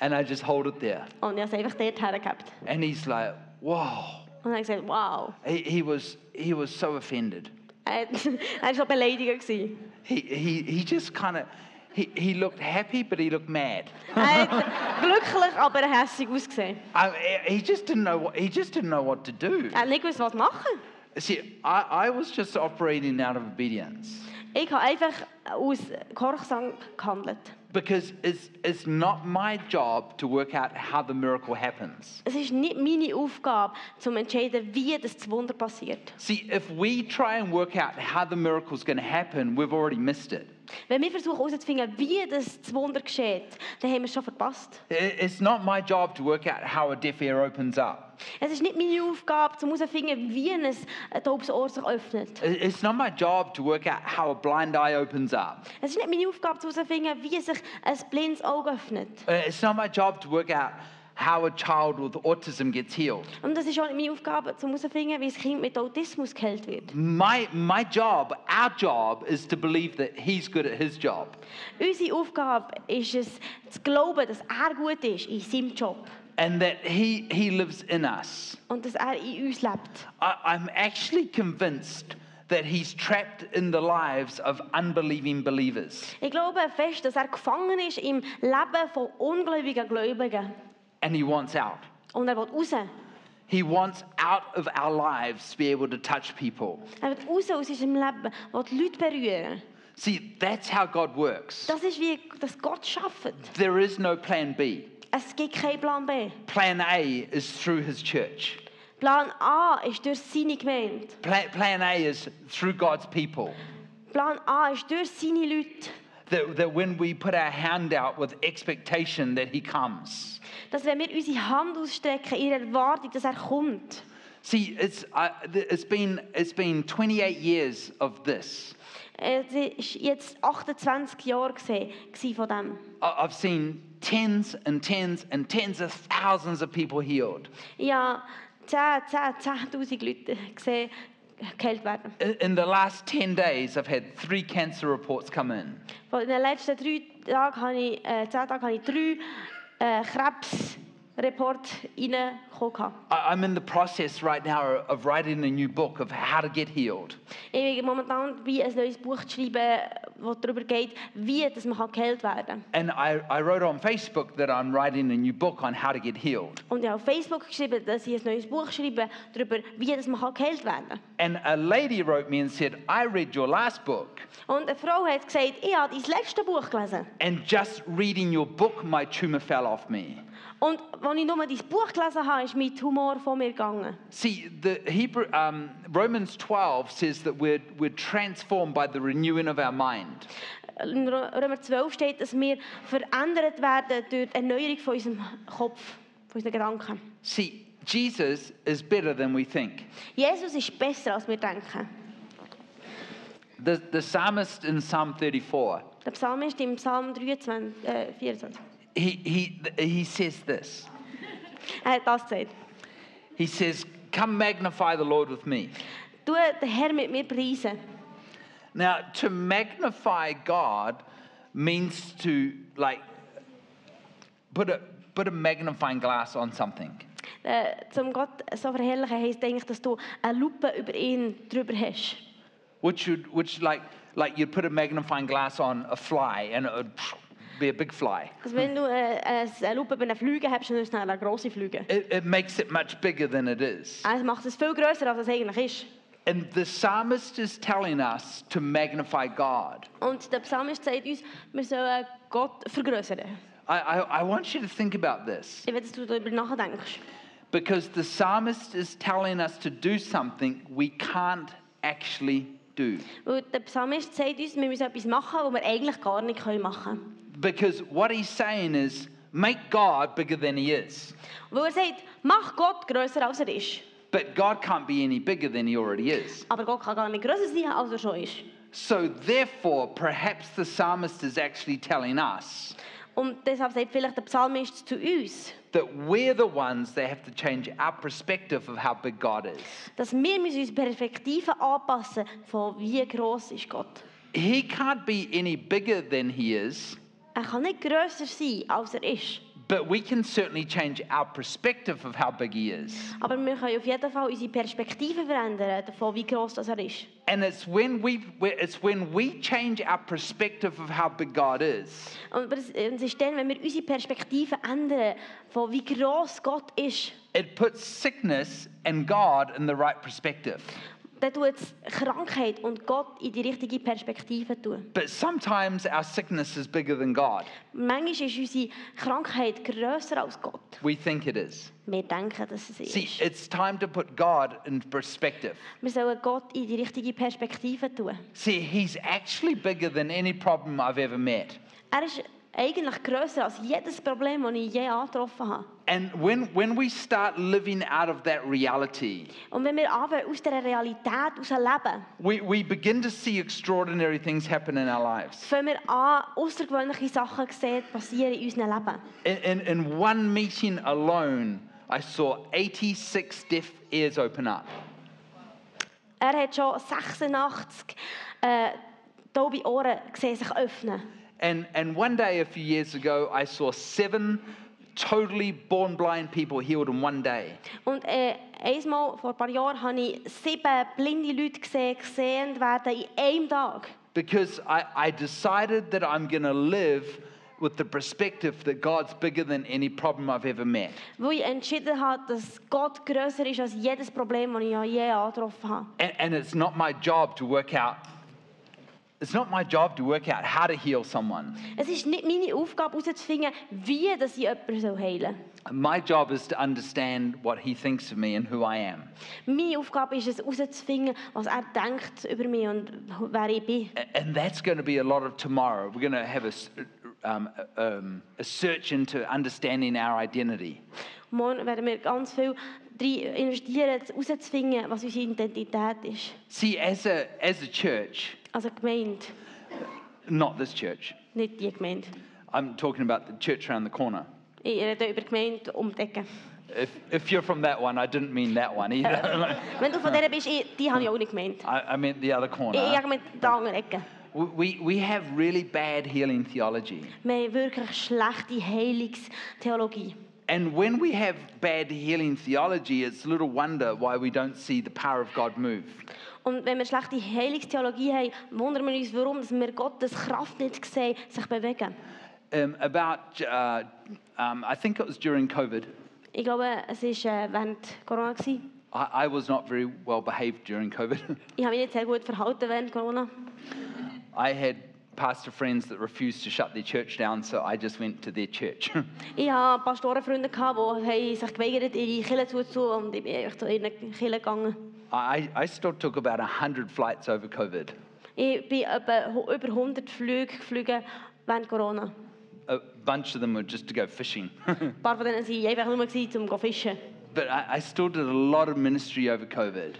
D: and I just hold it there.
A: und ich habe es einfach dort hergehabt.
D: And he's like, Whoa.
A: Und er hat gesagt, wow.
D: He, he, was, he was so offended.
A: Er hat- Äh, er war so beleidigt. gewesen.
D: He, he, he just kind of, he, he looked happy, but he looked mad.
A: Er hat Äh, glücklich, aber hässig ausgesehen.
D: I, he- he just didn't know what he just didn't know what to do.
A: Er hat nicht gewusst, was machen.
D: See, I, I was just operating out of obedience.
A: Ich habe einfach aus Gehorsam gehandelt.
D: Because it's, it's not my job to work out how the miracle happens.
A: Es ist nicht meine Aufgabe, zu entscheiden, wie das Wunder passiert.
D: See, if we try and work out how the miracle's going to happen, we've already missed it.
A: Wenn wir versuchen herauszufinden, wie das Wunder geschieht, dann haben wir es schon verpasst.
D: I- It's not my job to work out how a deaf ear opens up.
A: Es ist nicht meine Aufgabe, um herauszufinden, wie ein ein taubes Ohr sich öffnet.
D: I- It's not my job to work out how a blind eye opens up.
A: Es ist nicht meine Aufgabe, herauszufinden, wie sich ein blindes Auge öffnet.
D: Uh, It's not my job to work out how a child with autism gets healed.
A: Und das ist auch nicht meine Aufgabe, um herauszufinden, wie das Kind mit Autismus geheilt wird.
D: My, my job, our job, is to believe that he's good at his job.
A: Unsere Aufgabe ist es, zu glauben, dass er gut ist in seinem Job
D: and that he, he lives in us.
A: und dass er in uns lebt.
D: I, I'm actually convinced that he's trapped in the lives of unbelieving believers.
A: Ich glaube fest, dass er gefangen ist im Leben von ungläubigen Gläubigen.
D: And he wants out.
A: Und er will raus. Er
D: He wants out of our lives to be able to touch people.
A: will raus aus seinem Leben, will die Leute berühren.
D: See, that's how God works.
A: Das ist wie dass Gott schafft.
D: There is no plan B.
A: Es gibt keinen Plan B.
D: Plan A is through his church.
A: Plan A ist durch seine Gemeinde.
D: Plan, plan A is through God's people.
A: Plan A ist durch seine Leute.
D: That, that when we put our hand out with expectation that he comes.
A: Dass wenn wir unsere Hand ausstrecken, in der Erwartung, dass er kommt.
D: See, it's, I th it's, been, it's been 28 years of this.
A: Es Äh, ist jetzt 28 Jahre gewesen- gewesen von dem.
D: I- I've seen tens and tens and tens of thousands of people healed.
A: Ich habe 10, 10, 10.000 Leute gesehen, geheilt werden.
D: I- In the last 10 days, I've had three cancer reports come in.
A: Von den letzten drei Tagen habe ich, äh, 10 Tagen habe ich drei äh, Krebsreporte reinbekommen. gehabt.
D: I- I'm in the process right now of writing a new book of how to get healed.
A: Ich bin momentan dabei, ein neues Buch zu schreiben, das darüber geht, wie dass man geheilt werden kann.
D: And I, I wrote on Facebook that I'm writing a new book on how to get healed.
A: Und ich habe auf Facebook geschrieben, dass ich ein neues Buch schreibe, darüber, wie dass man geheilt werden kann.
D: And a lady wrote me and said, I read your last book,
A: Und eine Frau hat gesagt, ich habe dein letzte Buch gelesen.
D: and just reading your book, my tumor fell off me.
A: Und als ich nur dein Buch gelesen habe, ist mein Humor von mir gegangen.
D: See, the Hebrew, um, Romans 12 says that we're, we're transformed by the renewing of our mind.
A: In Ro- Römer 12 steht, dass wir verändert werden durch die Erneuerung von unserem Kopf, von unseren Gedanken.
D: See, Jesus is better than we think.
A: Jesus ist besser, als wir denken.
D: The, the psalmist in Psalm 34,
A: Der Psalmist im Psalm 23, äh, 24,
D: he, he, he says this.
A: er hat das gesagt.
D: He says, Come magnify the Lord with me.
A: Du, den Herr mit mir preisen.
D: Now, to magnify God means to, like, put a, put a magnifying glass on something.
A: Äh, zum Gott so verherrlichen heisst eigentlich, dass du eine Lupe über ihn drüber hast.
D: which would which like like you'd put a magnifying glass on a fly and it would be a big fly
A: Also wenn du äh, äh, eine Lupe über einen Flüge hast, dann ist es eine grosse Flüge.
D: it, it makes it much bigger than it is
A: Es macht es viel grösser, als es eigentlich ist.
D: and the psalmist is telling us to magnify god
A: Und der Psalmist sagt uns, wir sollen Gott vergrößern.
D: I, I, I want you to think about this
A: Ich will, dass du darüber nachdenkst.
D: because the psalmist is telling us to do something we can't actually do.
A: Weil der Psalmist sagt uns, wir müssen etwas machen, was wir eigentlich gar nicht können machen
D: Because what he's saying is make God bigger than he is.
A: können. Weil er sagt, mach Gott grösser, als er ist.
D: But God can't be any bigger than he already is.
A: Aber Gott kann gar nicht grösser sein, als er schon ist.
D: So, therefore, perhaps the psalmist is actually telling us
A: Und deshalb sagt vielleicht der Psalmist zu uns,
D: that we're the ones that have to change our perspective of how big God is.
A: dass wir müssen unsere Perspektive anpassen von wie gross ist Gott.
D: He can't be any bigger than He is,
A: Er kann nicht grösser sein, als er ist.
D: but we can certainly change our perspective of how big He is.
A: Aber wir können auf jeden Fall unsere Perspektive verändern, davon, wie gross das er ist.
D: And it's when we we- it's when we change our perspective of how big God is
A: Und aber es, und es ist dann, wenn wir unsere Perspektive ändern, von wie gross Gott ist,
D: it puts sickness and God in the right perspective.
A: dann tut es Krankheit und Gott in die richtige Perspektive tun.
D: But sometimes our sickness is bigger than God.
A: Manchmal ist unsere Krankheit grösser als Gott.
D: We think it is.
A: Wir denken, dass es
D: See,
A: ist.
D: it's time to put God in perspective.
A: Wir sollen Gott in die richtige Perspektive tun.
D: See, He's actually bigger than any problem I've ever met.
A: Er ist eigentlich grösser als jedes Problem, das ich je angetroffen habe.
D: And when, when we start living out of that reality,
A: Und wenn wir anfangen, aus dieser Realität herausleben,
D: we, we begin to see extraordinary things happen in our lives.
A: fangen wir an, außergewöhnliche Sachen zu sehen, die passieren in unserem Leben.
D: In, in, in one meeting alone, I saw 86 deaf ears open up.
A: Er hat schon 86 äh, taube Ohren gesehen, sich öffnen.
D: And, and one day a few years ago, I saw seven totally born blind people healed in one day.
A: Und äh, einmal vor ein paar Jahren habe ich sieben blinde Leute gesehen, gesehen werden in einem Tag.
D: Because I, I decided that I'm going to live with the perspective that God's bigger than any problem I've ever met.
A: Weil ich entschieden habe, dass Gott grösser ist als jedes Problem, das ich ja je angetroffen habe.
D: And, and it's not my job to work out. It's not my job to work out how to heal someone.
A: Es ist nicht meine Aufgabe herauszufinden, wie dass ich jemanden heilen soll.
D: My job is to understand what He thinks of me and who I am.
A: Meine Aufgabe ist es herauszufinden, was er denkt über mich und wer ich bin.
D: A- And that's going to be a lot of tomorrow. We're going to have a, s- um, um, a search into understanding our identity.
A: Morgen werden wir ganz viel rein investieren, herauszufinden, was unsere Identität ist.
D: See, as a, as a church,
A: Also Gemeinde,
D: not this church,
A: nicht die Gemeinde.
D: I'm talking about the church around the corner.
A: Ich rede über die Gemeinde um die Ecke.
D: If, if you're from that one, I didn't mean that one either.
A: Wenn du von der bist, ich, die habe ich auch nicht gemeint.
D: I, I meant the other
A: Ich, ich
D: corner.
A: habe mit der anderen Ecke.
D: We, we, we have really bad healing theology.
A: Wir haben wirklich schlechte Heilungstheologie.
D: And when we have bad healing theology, it's little wonder why we don't see the power of God move.
A: Und wenn wir schlechte Heilungstheologie haben, wundern wir uns, warum dass wir Gottes Kraft nicht sehen, sich bewegen.
D: Um, about, uh, um, I think it was during COVID,
A: Ich glaube, es war äh, während Corona. Gewesen.
D: I, I was not very well behaved during COVID.
A: Ich habe mich nicht sehr gut verhalten während Corona.
D: I had pastor friends that refused to shut their church down, so I just went to their church.
A: Ich hatte Pastorenfreunde, die haben sich geweigert ihre Kirche zuzutun und ich bin einfach zu ihren Kirche gegangen.
D: I, I still took about 100 flights over COVID.
A: Ich bin etwa hu- über 100 Flüge geflogen während Corona.
D: A bunch of them were just to go fishing.
A: Ein paar von denen waren einfach nur, gewesen, um zu fischen.
D: but I, I still did a lot of ministry over COVID.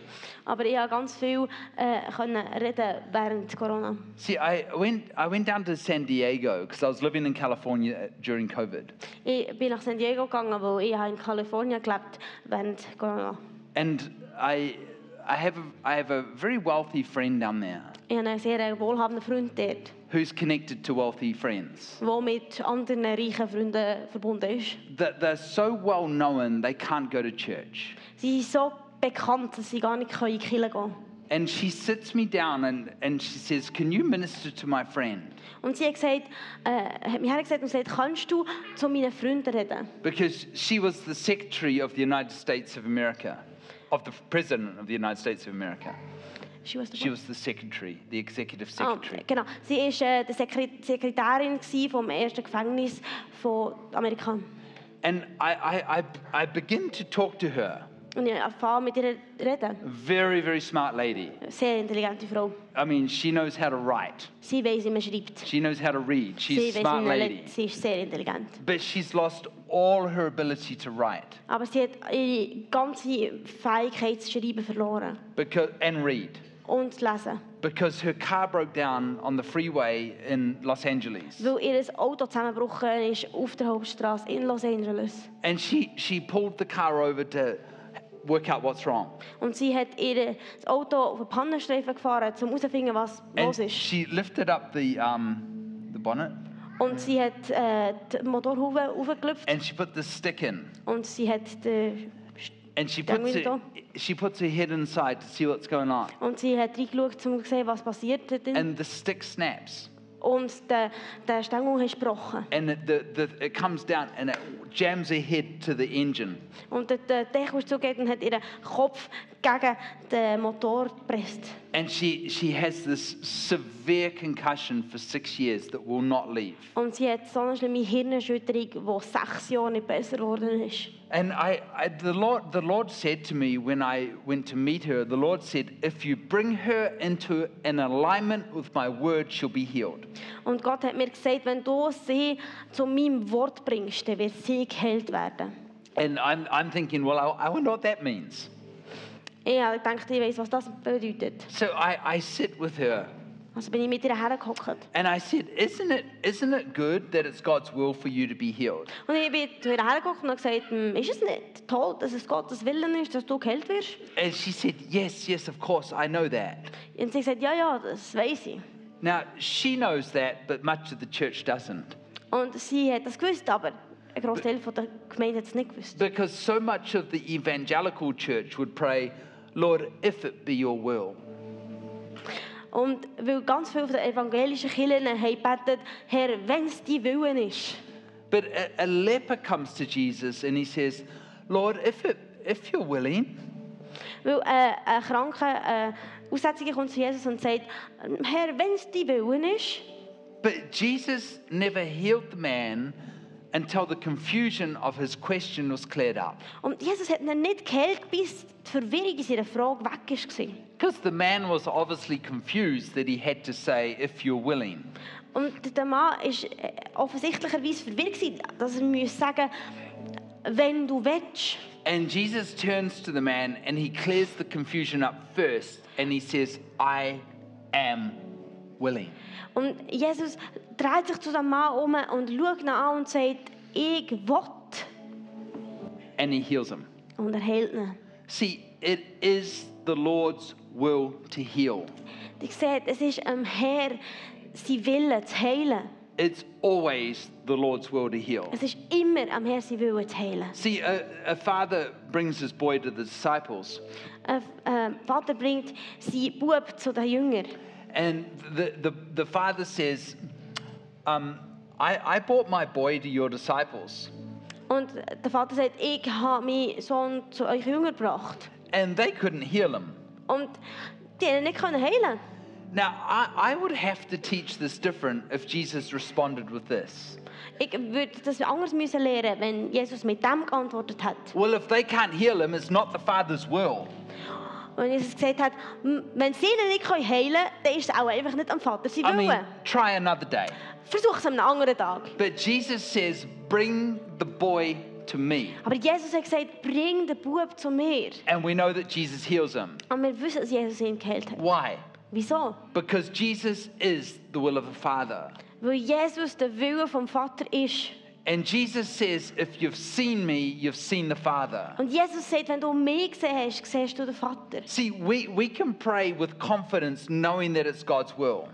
A: Aber ich konnte ganz viel äh, können reden während Corona.
D: See, I went, I went down to San Diego because I was living in California during COVID.
A: Ich bin nach San Diego gegangen, weil ich habe in Kalifornien gelebt während Corona.
D: And I, I, have a, I have a very wealthy friend down there
A: Ich habe einen sehr wohlhabenden Freund dort,
D: who's connected to wealthy friends.
A: der mit anderen reichen Freunden verbunden ist.
D: That They're so well known, they can't go to church.
A: Sie sind so bekannt, dass sie gar nicht können in die Kirche gehen können.
D: And she sits me down and, and she says, Can you minister to my friend?
A: Und sie hat, gesagt, äh, hat mich hergesagt und gesagt, kannst du zu meinen Freunden reden?
D: Because she was the Secretary of the United States of America, of the President of the United States of America.
A: She was the
D: She was the Secretary, the Executive
A: Ah,
D: Secretary.
A: genau. Sie war äh, die Sekre- Sekretärin gsi vom ersten Gefängnis von Amerika.
D: And I, I, I, I begin to talk to her.
A: Und ich erfahre mit ihr reden.
D: Very, very smart lady.
A: Sehr intelligente Frau.
D: I mean, she knows how to write.
A: Sie weiß, wie man schreibt.
D: She knows how to read.
A: Sie
D: She's a
A: weiss,
D: smart
A: wie man
D: lady.
A: le- sie ist sehr intelligent.
D: But she's lost all her ability to write
A: Aber sie hat ihre ganze Fähigkeit zu schreiben verloren
D: because, and read
A: und zu lesen.
D: because her car broke down on the freeway in Los Angeles.
A: Weil ihr Auto zusammengebrochen ist auf der Hauptstraße in Los Angeles.
D: And she, she pulled the car over to work out what's wrong.
A: Und sie hat ihr das Auto auf einen Pannenstreifen gefahren, um herauszufinden, was
D: And
A: los ist.
D: she lifted up the, um, the bonnet
A: Und sie hat äh, die Motorhaube aufgelöpft
D: and she put the stick in.
A: und sie hat den St-
D: And she
A: Don't
D: puts,
A: we
D: her,
A: don't-
D: she puts her head inside to see what's going on.
A: und sie hat reingeschaut, um zu sehen, was passiert. Dort. drin.
D: And the stick snaps.
A: und den, den Stängel hast gebrochen.
D: and it, the, the, it comes down and it jams her head to the engine.
A: Und der- der Deckel ist zugegangen und hat ihren Kopf gegen den Motor gepresst.
D: And she, she has this severe concussion for six years that will not leave.
A: Und sie hat so eine schlimme Hirnerschütterung, die sechs Jahre nicht besser geworden ist.
D: And I, I, the, Lord, the Lord said to me when I went to meet her, the Lord said, if you bring her into an alignment with my word, she'll be healed.
A: Und Gott hat mir gesagt, wenn du sie zu meinem Wort bringst, dann wird sie geheilt werden.
D: And I'm, I'm thinking, well, I, I wonder what that means.
A: Ich habe gedacht, ich weiß, was das bedeutet.
D: So I, I sit with her
A: Also bin ich mit ihr hergehockt.
D: and I said, isn't it, isn't it good that it's God's will for you to be healed?
A: Und ich bin zu ihr hergehockt und habe gesagt, «Hm, ist es nicht toll, dass es Gottes Willen ist, dass du geheilt wirst?
D: And she said, yes, yes, of course, I know that.
A: Und sie sagt, ja, ja, das weiß ich.
D: Now, she knows that, but much of the church doesn't.
A: Und sie hat das gewusst, aber ein Großteil von der Gemeinde hat es nicht gewusst.
D: Because so much of the evangelical church would pray, Lord, if it be your will.
A: Und weil ganz viele von den evangelischen Kirchen haben gebetet, Herr, wenn es dein Willen ist.
D: But a, a leper comes to Jesus and he says, Lord, if, it, if you're willing,
A: Weil äh, ein kranker äh, Aussätziger kommt zu Jesus und sagt, Herr, wenn es dein Willen ist.
D: But Jesus never healed the man until the confusion of his question was cleared up.
A: Und Jesus hat ihn nicht geheilt, bis die Verwirrung in seiner Frage weg war.
D: Because the man was obviously confused that he had to say, if you're willing.
A: Und der Mann war offensichtlicherweise verwirrt, gewesen, dass er muss sagen wenn du willst.
D: And Jesus turns to the man and he clears the confusion up first and he says, I am willing.
A: Und Jesus dreht sich zu dem Mann um und schaut ihn an und sagt, ich will.
D: And he heals him.
A: Und er heilt ihn.
D: See, it is the Lord's will to heal.
A: Ihr seht, es ist am Herr sein Wille zu heilen.
D: It's always the Lord's will to heal.
A: Es ist immer am Herr sein Wille zu heilen.
D: See, a, a father brings his boy to the disciples,
A: Ein ein Äh, Vater bringt seinen Bub zu den Jüngern.
D: and the, the, the father says, um, I, I brought my boy to your disciples.
A: Und der Vater sagt, ich habe meinen Sohn zu euch Jüngern gebracht.
D: And they couldn't heal him.
A: Und die haben ihn nicht können heilen.
D: Now, I, I would have to teach this different if Jesus responded with this.
A: Ich würde das anders müssen lernen, wenn Jesus mit dem geantwortet hat.
D: Well, if they can't heal him, it's not the Father's will.
A: Wenn Jesus gesagt hat, "M- wenn sie ihn nicht können heilen können, dann ist es auch einfach nicht am Vater sein
D: I mean,
A: Wille.
D: try another day.
A: Versuch es an einem anderen Tag.
D: But Jesus says, Bring the boy to me.
A: Aber Jesus hat gesagt, bring den Bub zu mir.
D: And we know that Jesus heals him.
A: Und wir wissen, dass Jesus ihn geheilt hat.
D: Why?
A: Wieso?
D: Because Jesus is the will of the Father.
A: Weil Jesus der Wille vom Vater ist.
D: And Jesus says, If you've seen me, you've seen the Father.
A: Und Jesus sagt, wenn du mich gesehen hast, siehst du den Vater.
D: See, we, we can pray with confidence knowing that it's God's will.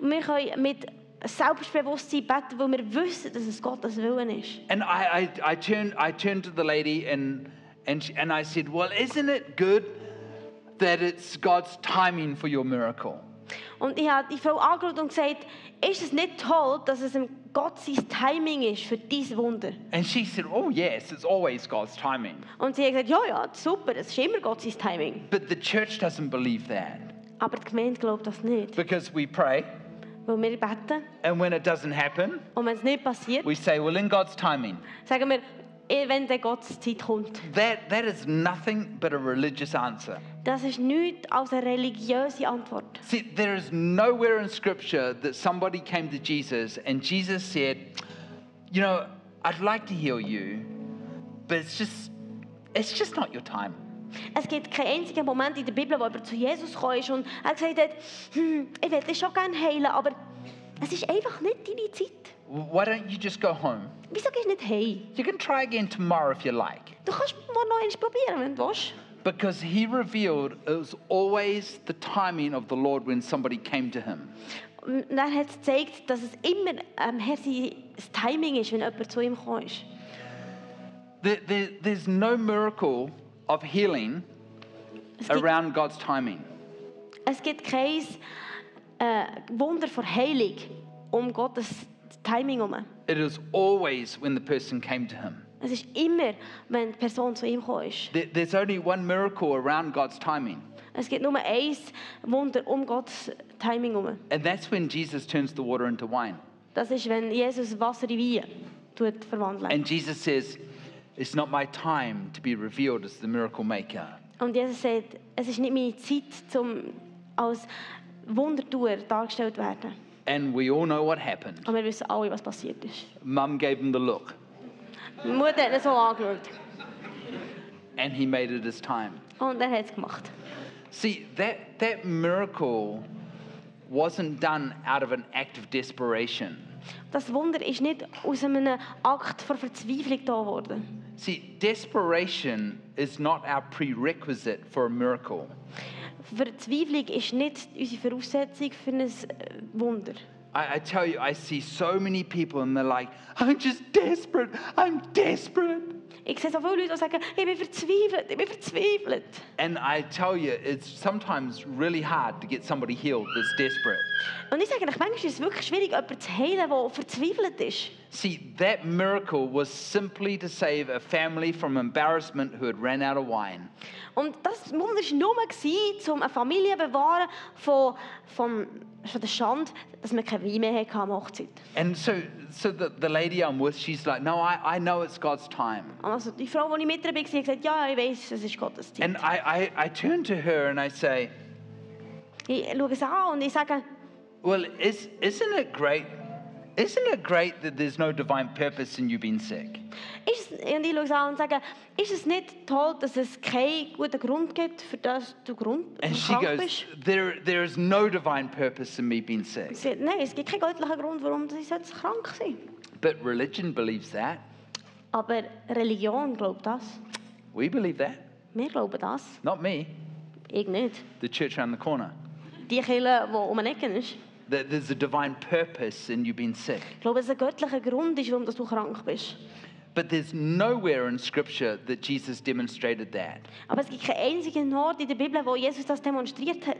A: Und wir können mit Selbstbewusstsein beten, weil wir wissen, dass es Gottes Willen ist.
D: And I, I, I, turned, I turned to the lady and, and, she, and I said, Well, isn't it good that it's God's timing for your miracle?
A: Und ich habe die Frau angeschaut und gesagt, ist es nicht toll, dass es im Gott sein Timing ist für dieses Wunder?
D: And she said, Oh, yes, it's always God's timing.
A: Und sie hat gesagt, ja, ja, super, es ist immer Gott sein Timing.
D: But the church doesn't believe that
A: Aber die Gemeinde glaubt das nicht.
D: because we pray,
A: Weil wir beten
D: and when it doesn't happen,
A: und wenn es nicht passiert,
D: we say, Well, in God's timing.
A: sagen wir, eh, wenn der Gottes Zeit kommt.
D: That, that is nothing but a religious answer.
A: Das ist nichts als eine religiöse Antwort.
D: See, there is nowhere in Scripture that somebody came to Jesus and Jesus said, "You know, I'd like to heal you, but it's just, it's just not your time."
A: Es gibt keinen einzigen Moment in der Bibel, wo jemand zu Jesus gekommen ist und er gesagt hat, hm, ich würde dich schon gerne heilen, aber es ist einfach nicht deine Zeit.
D: Why don't you just go home?
A: Wieso gehst du nicht heim?
D: You can try again tomorrow if you like,
A: Du kannst mal noch eins probieren, wenn du willst.
D: because He revealed it was always the timing of the Lord when somebody came to Him.
A: Und er hat es gezeigt, dass es immer am Herr sein das Timing ist, wenn jemand zu ihm gekommen ist.
D: There, there, there's no miracle of healing
A: Es gibt,
D: around God's timing.
A: es gibt kein äh, Wunder vor Heilung um Gottes Timing herum.
D: It is always when the person came to him.
A: Es ist immer, wenn die Person zu ihm gekommen ist.
D: There- There's only one miracle around God's timing,
A: Es gibt nur ein Wunder um Gottes Timing herum.
D: and that's when Jesus turns the water into wine.
A: Das ist, wenn Jesus Wasser in Wein tut verwandelt.
D: And Jesus says, It's not my time to be revealed as the miracle maker.
A: Und Jesus sagt, es ist nicht meine Zeit, um als Wundertuer dargestellt zu werden.
D: And we all know what happened.
A: Und wir wissen alle, was passiert ist.
D: Mum gave him the look,
A: Die Mutter hat ihn so angeschaut.
D: and he made it his time.
A: Und er hat es gemacht.
D: See, that, that miracle wasn't done out of an act of desperation.
A: Das Wunder ist nicht aus einem Akt von Verzweiflung da geworden.
D: See, desperation is not our prerequisite for a miracle.
A: Verzweiflung ist nicht unsere Voraussetzung für ein äh, Wunder.
D: I, I tell you, I see so many people and they're like, I'm just desperate, I'm desperate.
A: Ich sehe so viele Leute, die sagen, ich bin verzweifelt, ich bin verzweifelt.
D: And I tell you, it's sometimes really hard to get somebody healed that's desperate.
A: Und ich sage euch, manchmal ist es wirklich schwierig, jemanden zu heilen, der verzweifelt ist.
D: See, that miracle was simply to save a family from embarrassment who had ran out of wine.
A: Und das Wunder war nur, gewesen, um eine Familie zu bewahren von, vom, von der Schande, dass man kein Wein mehr hatte an der Hochzeit.
D: And so, so the, the lady I'm with, she's like, No, I, I know it's God's time.
A: Und Also die Frau, die ich mit ihr war, hat gesagt, ja, ich weiß, es ist Gottes Zeit.
D: And I, I, I turn to her and I say,
A: Ich schaue es an und ich sage,
D: Well, is, isn't it great? Isn't it great that there's no divine purpose in you being sick?
A: ist es, und ich schaue es an und sage, ist es nicht toll, dass es keinen guten Grund gibt, für das du Grund
D: And she
A: krank
D: goes,
A: bist?
D: there, there is no divine purpose in me being sick.
A: Sie sagt, nein, es gibt keinen göttlichen Grund, warum sie sollte krank sein
D: But religion believes that.
A: Aber Religion glaubt das.
D: We believe that.
A: Wir glauben das.
D: Not me,
A: Ich nicht.
D: the church around the corner.
A: Die Kirche, die um eine Ecke ist.
D: That there's a divine purpose in you being sick.
A: Ich glaube, dass es ein göttlicher Grund ist, warum dass du krank bist.
D: But there's nowhere in Scripture that Jesus demonstrated that.
A: Aber es gibt keinen einzigen Ort in der Bibel, wo Jesus das demonstriert hat.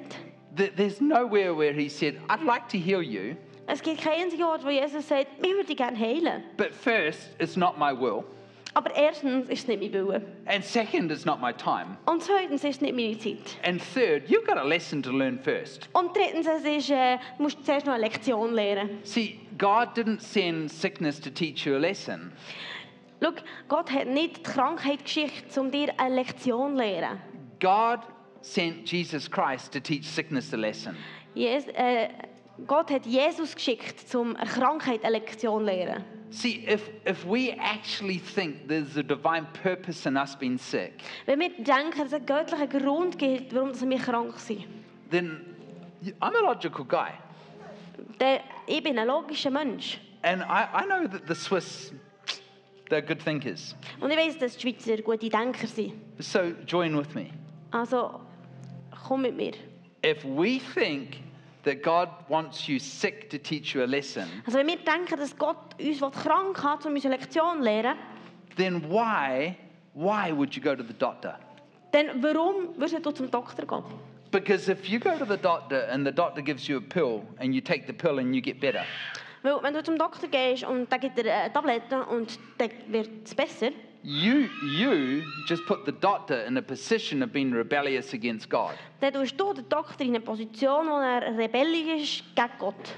D: Th- There's nowhere where he said, I'd like to heal you,
A: Es gibt keinen einzigen Ort, wo Jesus sagt, ich würde dich gerne heilen.
D: but first, it's not my will.
A: Aber erstens ist es nicht mein Wille.
D: And second, it's not my time.
A: Und zweitens ist es nicht meine Zeit.
D: And third, you've got a lesson to learn first.
A: Und drittens, es ist, äh, du musst zuerst noch eine Lektion lernen.
D: See, God didn't send sickness to teach you a lesson.
A: Schau, Gott hat nicht die Krankheit geschickt, um dir eine Lektion zu lernen.
D: God sent Jesus Christ to teach sickness a lesson.
A: Jes äh, Gott hat Jesus geschickt, um einer Krankheit eine Lektion zu lernen.
D: See, if, if we actually think there's a divine purpose in us being sick,
A: Wenn wir denken, dass es einen göttlichen Grund gibt, warum dass wir krank sind,
D: then I'm a logical guy.
A: dann ich bin ein logischer Mensch.
D: And I, I know that the Swiss, they're good thinkers.
A: Und ich weiß, dass die Schweizer gute Denker sind.
D: So join with me.
A: Also, komm mit mir.
D: If we think that God wants you sick to teach you a lesson,
A: Also, wenn wir denken, dass Gott uns was krank hat, um uns eine Lektion zu lernen,
D: then why, why would you go to the doctor?
A: dann warum würdest du zum Doktor gehen?
D: Because if you go to the doctor and the doctor gives you a pill and you take the pill and you get better,
A: Weil, wenn du zum Doktor gehst und dann gibt er eine Tablette und dann wird es besser,
D: you, you just put the doctor in a position of being rebellious against God.
A: dann tust du den Doktor in eine Position, wo er rebellisch ist gegen Gott.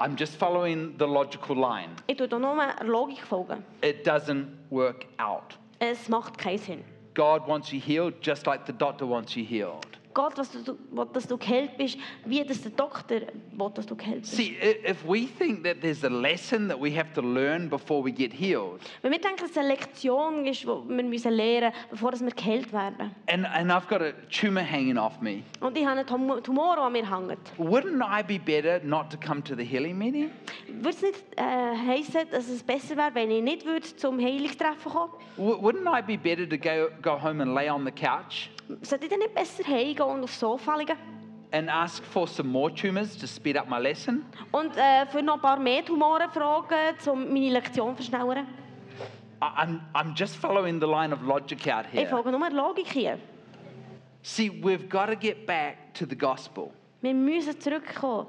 D: I'm just following the logical line.
A: Ich tue da nur der Logik folgen.
D: It doesn't work out.
A: Es macht keinen Sinn.
D: God wants you healed just like the doctor wants you healed.
A: Gott, was du, will, dass du geheilt bist, wie das der Doktor will, dass du geheilt bist.
D: See, i- if we think that there's a lesson that we have to learn before we get healed,
A: Wenn wir denken, dass es eine Lektion ist, die wir müssen lernen müssen, bevor dass wir geheilt werden.
D: and, and I've got a tumor hanging off me,
A: Und ich habe einen Tum- Tumor, der an mir hängt.
D: wouldn't I be better not to come to the healing meeting?
A: Würde es nicht äh, heissen, dass es besser wäre, wenn ich nicht würde zum Heilungstreffen kommen
D: W- wouldn't I be better to go, go home and lay on the couch
A: würde? Sollte ich dann nicht besser heimgehen und aufs Sofa liegen?
D: and ask for some more tumors to speed up my lesson?
A: Und äh, für noch ein paar mehr Tumoren fragen, um meine Lektion zu verschnellern?
D: I- I'm, I'm just following the line of logic out
A: Ich
D: here.
A: folge nur der Logik hier.
D: See, we've got to get back to the gospel.
A: Wir müssen zurückkommen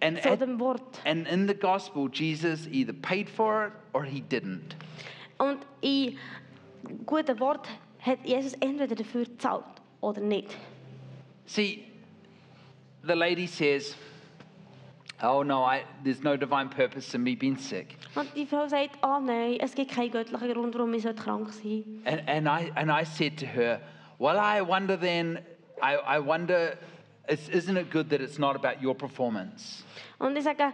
D: And,
A: zu
D: at-
A: dem Wort.
D: and in the gospel, Jesus either paid for it or he didn't.
A: Und in gutem Wort hat Jesus entweder dafür gezahlt oder nicht.
D: See, the lady says, Oh no, I, there's no divine purpose in me being sick.
A: Und die Frau sagt, ah nein, es gibt keinen göttlichen Grund, warum ich krank sein sollte.
D: And, and, I, and I said to her, Well, I wonder then, I, I wonder, is, isn't it good that it's not about your performance?
A: Und ich sage,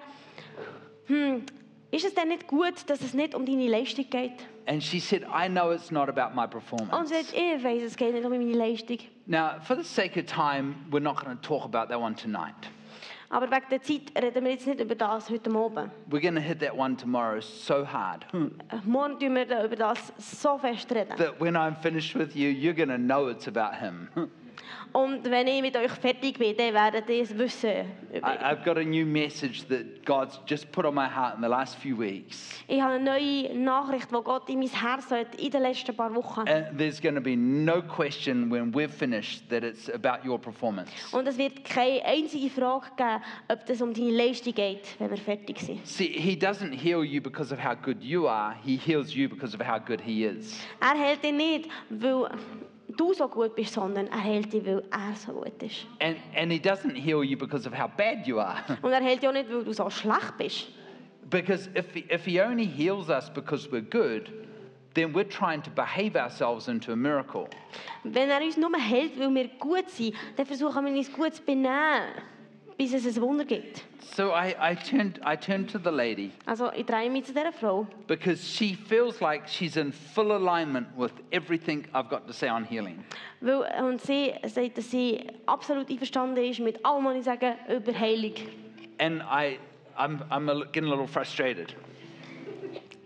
A: hm, ist es denn nicht gut, dass es nicht um deine Leistung geht?
D: And she said, I know it's not about my
A: Und
D: performance.
A: sie sagt, ich weiß, es geht nicht um meine Leistung.
D: Now, for the sake of time, we're not going to talk about that one tonight.
A: Aber wegen der Zeit reden wir jetzt nicht über das heute Abend.
D: We're going to hit that one tomorrow so hard
A: Äh, Morgen tun wir da über das so fest reden.
D: that when I'm finished with you, you're going to know it's about him.
A: Und wenn ich mit euch fertig bin, dann werdet ihr es wissen.
D: I, I've got a new message that God's just put on my heart in the last few weeks.
A: Ich habe eine neue Nachricht, die Gott in mein Herz hat in den letzten paar Wochen.
D: And there's going to be no question when we're finished that it's about your performance.
A: Und es wird keine einzige Frage geben, ob es um deine Leistung geht, wenn wir fertig sind.
D: See, He doesn't heal you because of how good you are, He heals you because of how good He is.
A: Er hält dich nicht, weil du so gut bist, sondern er hält dich, weil er so gut ist.
D: And, and He doesn't heal you because of how bad you are.
A: Und er hält dich auch nicht, weil du so schlecht bist.
D: because if, he- if He only heals us because we're good, then we're trying to behave ourselves into a miracle.
A: Wenn er uns nur hält, weil wir gut sind, dann versuchen wir uns gut zu benehmen, bis es ein Wunder gibt.
D: So I, I, turned, I turned to the lady
A: Also ich drehe mich zu dieser Frau,
D: because she feels like she's in full alignment with everything I've got to say on healing.
A: weil, und sie sagt, dass sie absolut einverstanden ist mit allem, was ich sage, über Heilung.
D: And I, I'm, I'm a li- getting a little frustrated.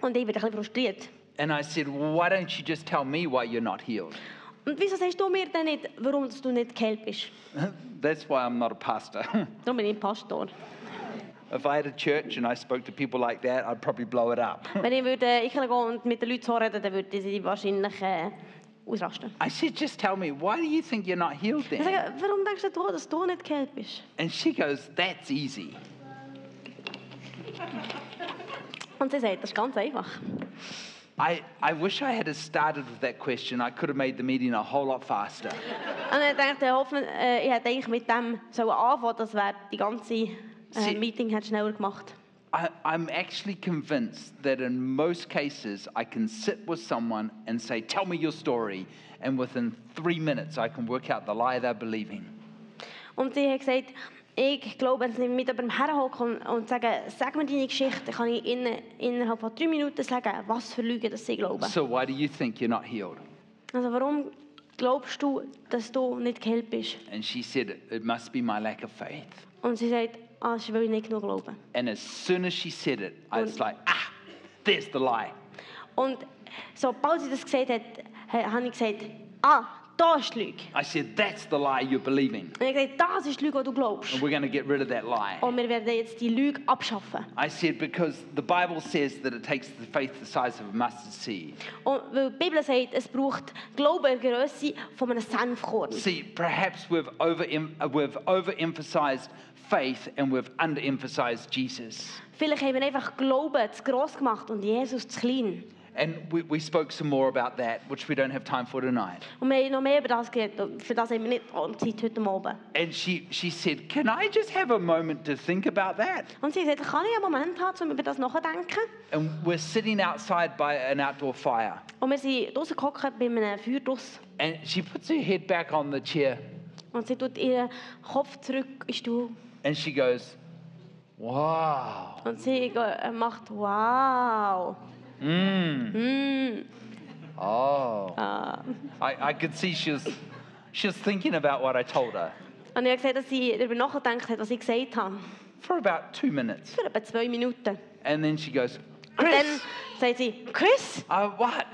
A: Und ich bin ein bisschen frustriert.
D: And I said, Why don't you just tell me why you're not healed?
A: Und wieso sagst du mir denn nicht, warum dass du nicht geheilt bist?
D: That's why I'm not a pastor.
A: Darum bin ich Pastor.
D: if I had a church and I spoke to people like that, I'd probably blow it up.
A: Wenn ich würde in die Kirche gehen und mit den Leuten so reden, dann würden sie wahrscheinlich äh, ausrasten.
D: I said, Just tell me, why do you think you're not healed
A: Ich
D: then?
A: sage, warum denkst du, dass du nicht geheilt bist?
D: And she goes, That's easy.
A: Und sie sagt, das ist ganz einfach.
D: I, I wish I had started with that question. I could have made the meeting a whole lot faster.
A: Und ich dachte, ich hoffe, äh, ich hätte eigentlich mit dem sollen anfangen das wäre die ganze äh,
D: Sie-
A: Meeting hätte schneller gemacht.
D: I, I'm actually convinced that in most cases, I can sit with someone and say, Tell me your story. And within three minutes, I can work out the lie they're believing.
A: Und sie hat gesagt, ich glaube, wenn sie mit jemandem herhocken und- und sagen, sag mir deine Geschichte, dann kann ich ihnen innerhalb von drei Minuten sagen, was für Lügen das sie glauben.
D: So, why do you think you're not healed?
A: Also warum glaubst du, dass du nicht geheilt bist?
D: And she said, It must be my lack of faith.
A: Und sie sagt, ah, ich will nicht genug glauben.
D: And as soon as she said it, I was like, Ah, there's the lie.
A: Und sobald sie das gesagt hat, ha- habe ich gesagt, ah, da ist die Lüge.
D: I said, That's the lie you're believing.
A: Und ich habe gesagt, das ist die Lüge, die du glaubst.
D: And we're going to get rid of that lie.
A: Und wir werden jetzt die Lüge abschaffen.
D: I said, Because the Bible says that it takes the faith the size of a mustard seed.
A: Und weil die Bibel sagt, es braucht Glauben in der Größe von einem Senfkorn.
D: See, perhaps we've, over, uh, we've overemphasized faith and we've underemphasized Jesus.
A: Vielleicht haben wir einfach Glauben zu gross gemacht und Jesus zu klein.
D: And we, we spoke some more about that, which we don't have time for tonight.
A: Und wir haben noch mehr über das geredet. und Für das haben wir nicht alle Zeit heute Abend.
D: And she, she said, Can I just have a moment to think about that?
A: Und sie hat gesagt, kann ich einen Moment haben, um über das nachzudenken?
D: And we're sitting outside by an outdoor fire.
A: Und wir sind draußen gehockt bei einem Feuer draussen.
D: And she puts her head back on the chair
A: Und sie tut ihren Kopf zurück in den Stuhl.
D: and she goes, Wow,
A: Und sie ge- äh, macht wow. Mm.
D: oh.
A: Ah.
D: I, I could see she was, she was thinking about what I told her
A: Und ich habe gesagt, dass sie darüber nachgedacht hat, was ich gesagt habe.
D: for about two minutes.
A: Für etwa zwei Minuten.
D: And then she goes,
A: Und dann
D: Chris!
A: sagt sie, Chris,
D: Uh, what?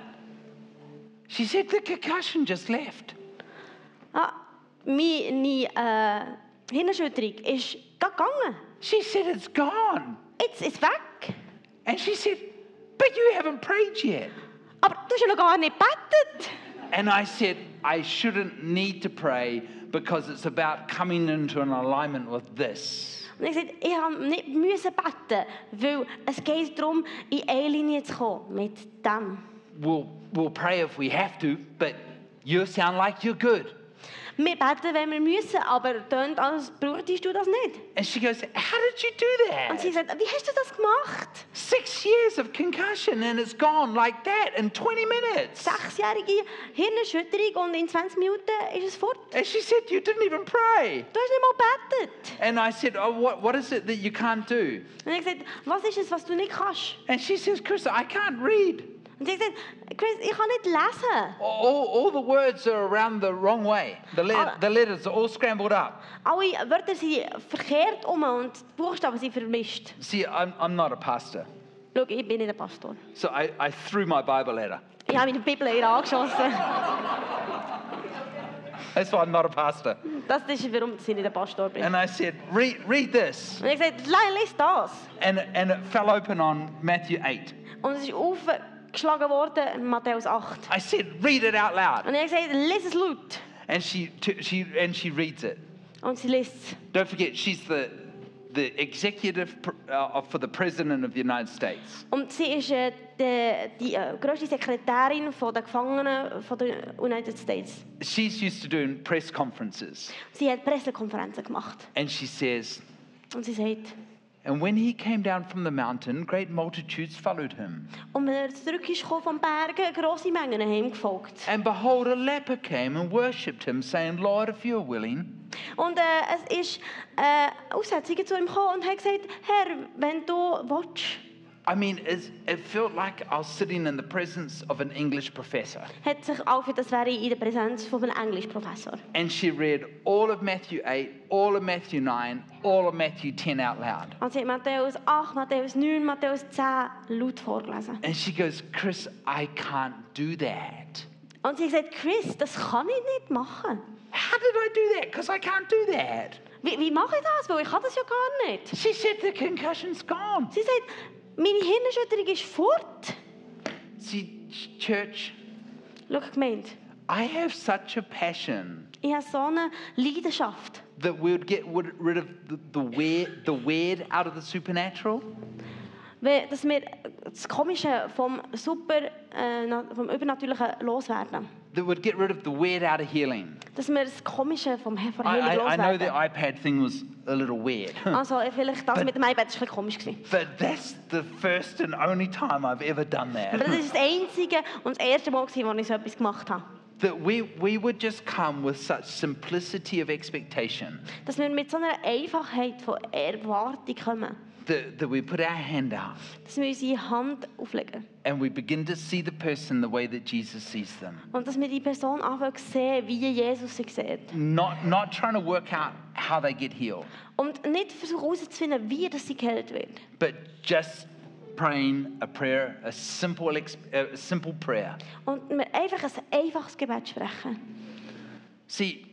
D: She said the concussion just left.
A: ah, meine äh, Hirnerschütterung ist gerade gegangen.
D: She said it's gone.
A: Jetzt ist es weg.
D: And she said, but you haven't prayed yet.
A: Aber du hast ja noch gar nicht gebetet.
D: And I said, I shouldn't need to pray because it's about coming into an alignment with this.
A: Und er sagt, ich habe nicht müssen beten, weil es geht darum, in eine Linie zu kommen mit dem.
D: We'll, we'll pray if we have to, but you sound like you're good.
A: Wir beten, wenn wir müssen, aber tönt als brauchtest du das nicht.
D: And she goes, How did you do
A: Und
D: that?
A: sie sagt, wie hast du das gemacht?
D: Six years of concussion and it's gone like that in 20 minutes.
A: Sechsjährige Hirnerschütterung und in 20 Minuten ist es fort.
D: And she said, You didn't even pray.
A: Du hast nicht mal gebetet.
D: And I said, Oh, what, what is it that you can't do?
A: Und er sagt, was ist es, was du nicht kannst?
D: And she says, Chris, I can't read.
A: Und sie sagt, Chris, ich kann nicht lesen.
D: All, all the words are around the wrong way. The, le-
A: Ah.
D: the letters are all scrambled up.
A: Alle Wörter sind verkehrt um und die Buchstaben sind vermischt.
D: See, I'm, I'm not a pastor.
A: Schau, ich bin nicht ein Pastor.
D: So I, I threw my Bible at her.
A: Ich habe meine Bibel ihr angeschossen.
D: That's why I'm not a pastor.
A: Das ist, warum ich nicht ein Pastor bin.
D: And I said, read, read this.
A: Und ich sagte, nein, lies das.
D: And, and it fell open on Matthew 8.
A: Und es ist aufgeschlagen worden in Matthäus 8.
D: I said, read it out loud.
A: Und ich sagte, lies es laut.
D: And she, t- she, and she reads it.
A: Und sie liest es.
D: Don't forget, she's the, the executive pr- uh, for the President of the United States.
A: Und sie ist äh, die, die äh, grösste Sekretärin von der Gefangenen von der United States.
D: She's used to doing press conferences.
A: Sie hat Pressekonferenzen gemacht.
D: And she says,
A: Und sie sagt,
D: And when he came down from the mountain, great multitudes followed him.
A: und wenn er zurück ist gekommen vom Bergen, grosse Mengen haben ihm gefolgt.
D: And behold, a leper came and worshipped him, saying, Lord, if you're willing,
A: Und äh, es ist äh, Aussätzige zu ihm gekommen und hat gesagt, Herr, wenn du willst,
D: I mean, it's, it felt like I was sitting in the presence of an English professor.
A: hat sich angefühlt, das wäre in der Präsenz von einem Englischprofessor.
D: And she read all of Matthew 8, all of Matthew 9, all of Matthew 10 out loud.
A: Und sie hat Matthäus 8, Matthäus 9, Matthäus 10 laut vorgelesen.
D: And she goes, Chris, I can't do that.
A: Und sie hat gesagt, Chris, das kann ich nicht machen.
D: How did I do that? Because I can't do that.
A: Wie, wie mache ich das? Weil ich kann das ja gar nicht.
D: She said the concussion's gone.
A: Sie sagt, meine Hirnerschütterung ist fort.
D: See, ch- church,
A: Schau, gemeint,
D: I have such a passion
A: ich habe so eine Leidenschaft,
D: that we would get wid- rid of the, the weird, the weird out of the supernatural.
A: weil- dass wir das Komische vom, Super, äh, na- vom Übernatürlichen loswerden.
D: That would get rid of the weird out of healing.
A: Dass wir das Komische vom He- von
D: I,
A: Heilung
D: I, I know the
A: loswerden.
D: iPad thing was a little weird,
A: Also äh, vielleicht das
D: But-
A: mit dem iPad war ein bisschen komisch. Gewesen.
D: but that's the first and only time I've ever done
A: Aber das
D: that.
A: ist das einzige und das erste Mal, gewesen, wo ich so etwas gemacht habe.
D: that we, we would just come with such simplicity of expectation
A: Dass wir mit so einer Einfachheit von Erwartung kommen.
D: that, that we put our hand out
A: Dass wir unsere Hand auflegen.
D: and we begin to see the person the way that Jesus sees them.
A: Und dass wir die Person anfangen zu sehen, wie Jesus sie sieht.
D: Not, not trying to work out how they get healed,
A: Und nicht versuchen herauszufinden, wie das sie geheilt wird.
D: but just praying a prayer, a simple, ex- a simple prayer.
A: Und wir einfach ein einfaches Gebet sprechen.
D: See,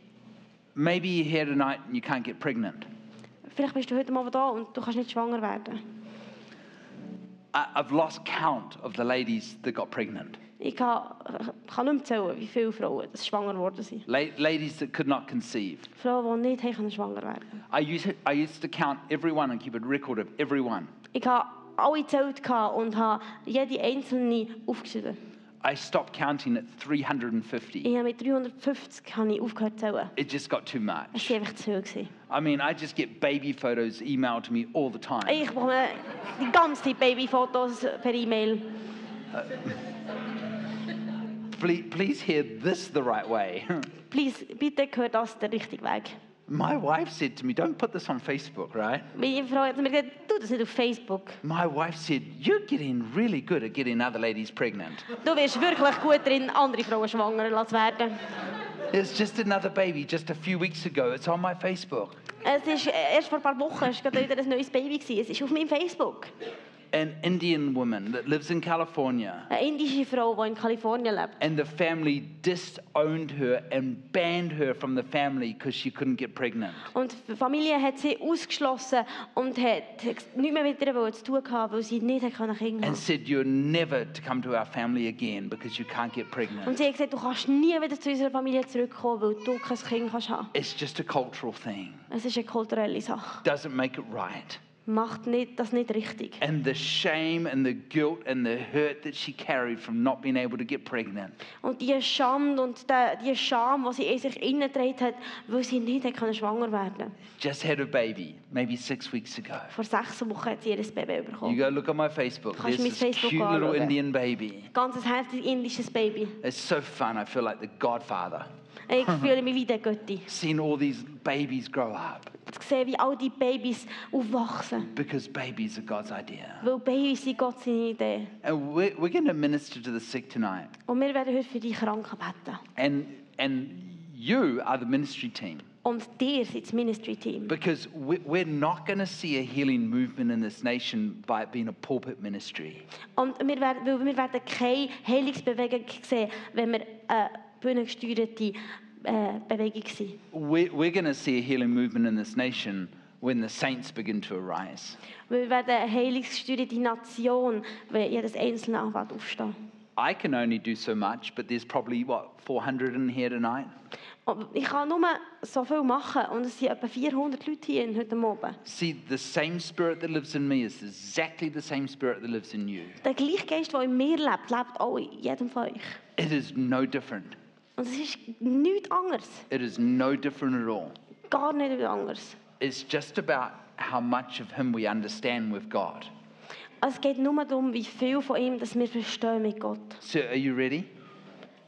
D: maybe you're here tonight and you can't get pregnant.
A: Vielleicht bist du heute Morgen da und du kannst nicht schwanger werden.
D: I, I've lost count of the ladies that got pregnant,
A: Ich kann, kann nicht mehr zählen, wie viele Frauen das schwanger geworden sind.
D: La- ladies that could not conceive.
A: Frauen, die nicht haben können schwanger werden konnten.
D: I used, I used to count everyone and keep a record of everyone.
A: Ich habe alle gezählt gehabt und habe jede einzelne aufgeschrieben.
D: I stopped counting at 350.
A: Ich habe mit 350 habe ich aufgehört zu zählen.
D: It just got too
A: Es
D: much.
A: war einfach zu viel. Gewesen.
D: I mean, I just get baby photos emailed to me all the time.
A: Ich bekomme die ganze Zeit Babyfotos per E-Mail.
D: Please, please hear this the right way.
A: Please, bitte gehört das den richtigen Weg.
D: My wife said to me, Don't put this on Facebook, right?
A: Meine Frau hat mir gesagt, tu das nicht auf Facebook.
D: My wife said, You're getting really good at getting other ladies pregnant.
A: Du wirst wirklich gut darin, andere Frauen schwanger zu werden.
D: It's just another baby, just a few weeks ago. It's on my Facebook.
A: Es ist äh, erst vor ein paar Wochen, es war gerade wieder ein neues Baby. Gewesen. Es ist auf meinem Facebook.
D: an Indian woman that lives in California,
A: Eine indische Frau, die in Kalifornien lebt.
D: and the family disowned her and banned her from the family because she couldn't get pregnant.
A: Und die Familie hat sie ausgeschlossen und hat nichts mehr mit ihr wollen zu tun gehabt, weil sie nicht hat können Kinder haben
D: And said, You're never to come to our family again because you can't get
A: Und
D: pregnant.
A: sie hat gesagt, du kannst nie wieder zu unserer Familie zurückkommen, weil du kein Kind kannst haben.
D: It's just a cultural thing,
A: Es ist eine kulturelle Sache.
D: doesn't make it right.
A: Macht nicht, das nicht richtig.
D: And the shame and the guilt and the hurt that she carried from not being able to get pregnant
A: Und die Schande und der- die Scham, die sie in sich innengetragen hat, weil sie nicht hat können schwanger werden
D: just had a baby maybe six weeks ago.
A: Vor sechs Wochen hat sie ihr Baby
D: You
A: bekommen.
D: go look on my Facebook.
A: Kannst
D: There's
A: du mein
D: this
A: Facebook
D: cute little
A: anschauen?
D: Indian baby.
A: Ganz ein herzliches indisches Baby.
D: It's so fun. I feel like the godfather.
A: Ich fühle mich wie der Götti.
D: Seeing all these babies grow up
A: Zu sehen, wie all die Babys aufwachsen.
D: because babies are God's idea.
A: Weil Babys sind Gott seine Idee.
D: And we're, we're going to minister to the sick tonight.
A: Und wir werden heute für die Kranken beten.
D: And, and you are the ministry team
A: Und dir seid das Ministry-Team.
D: because we- we're not going to see a healing movement in this nation by it being a pulpit ministry.
A: Und wir werden, weil wir werden keine Heilungsbewegung sehen, wenn wir eine bühnengesteuerte äh, Bewegung sind.
D: We're, we're going to see a healing movement in this nation when the saints begin to arise.
A: Weil wir werden eine heilungsgesteuerte Nation, wenn jedes Einzelne anfängt aufstehen.
D: I can only do so much, but there's probably, what, 400 in here tonight?
A: Und ich kann nur so viel machen und es sind etwa 400 Leute hier heute Morgen.
D: See, the same spirit that lives in me is exactly the same spirit that lives in you.
A: Der gleiche Geist, der in mir lebt, lebt auch in jedem von euch.
D: It is no different.
A: Und es ist nichts anderes.
D: It is no different at all.
A: Gar nicht anderes.
D: It's just about how much of Him we understand with God.
A: Es geht nur darum, wie viel von ihm dass wir verstehen mit Gott.
D: So, are you ready?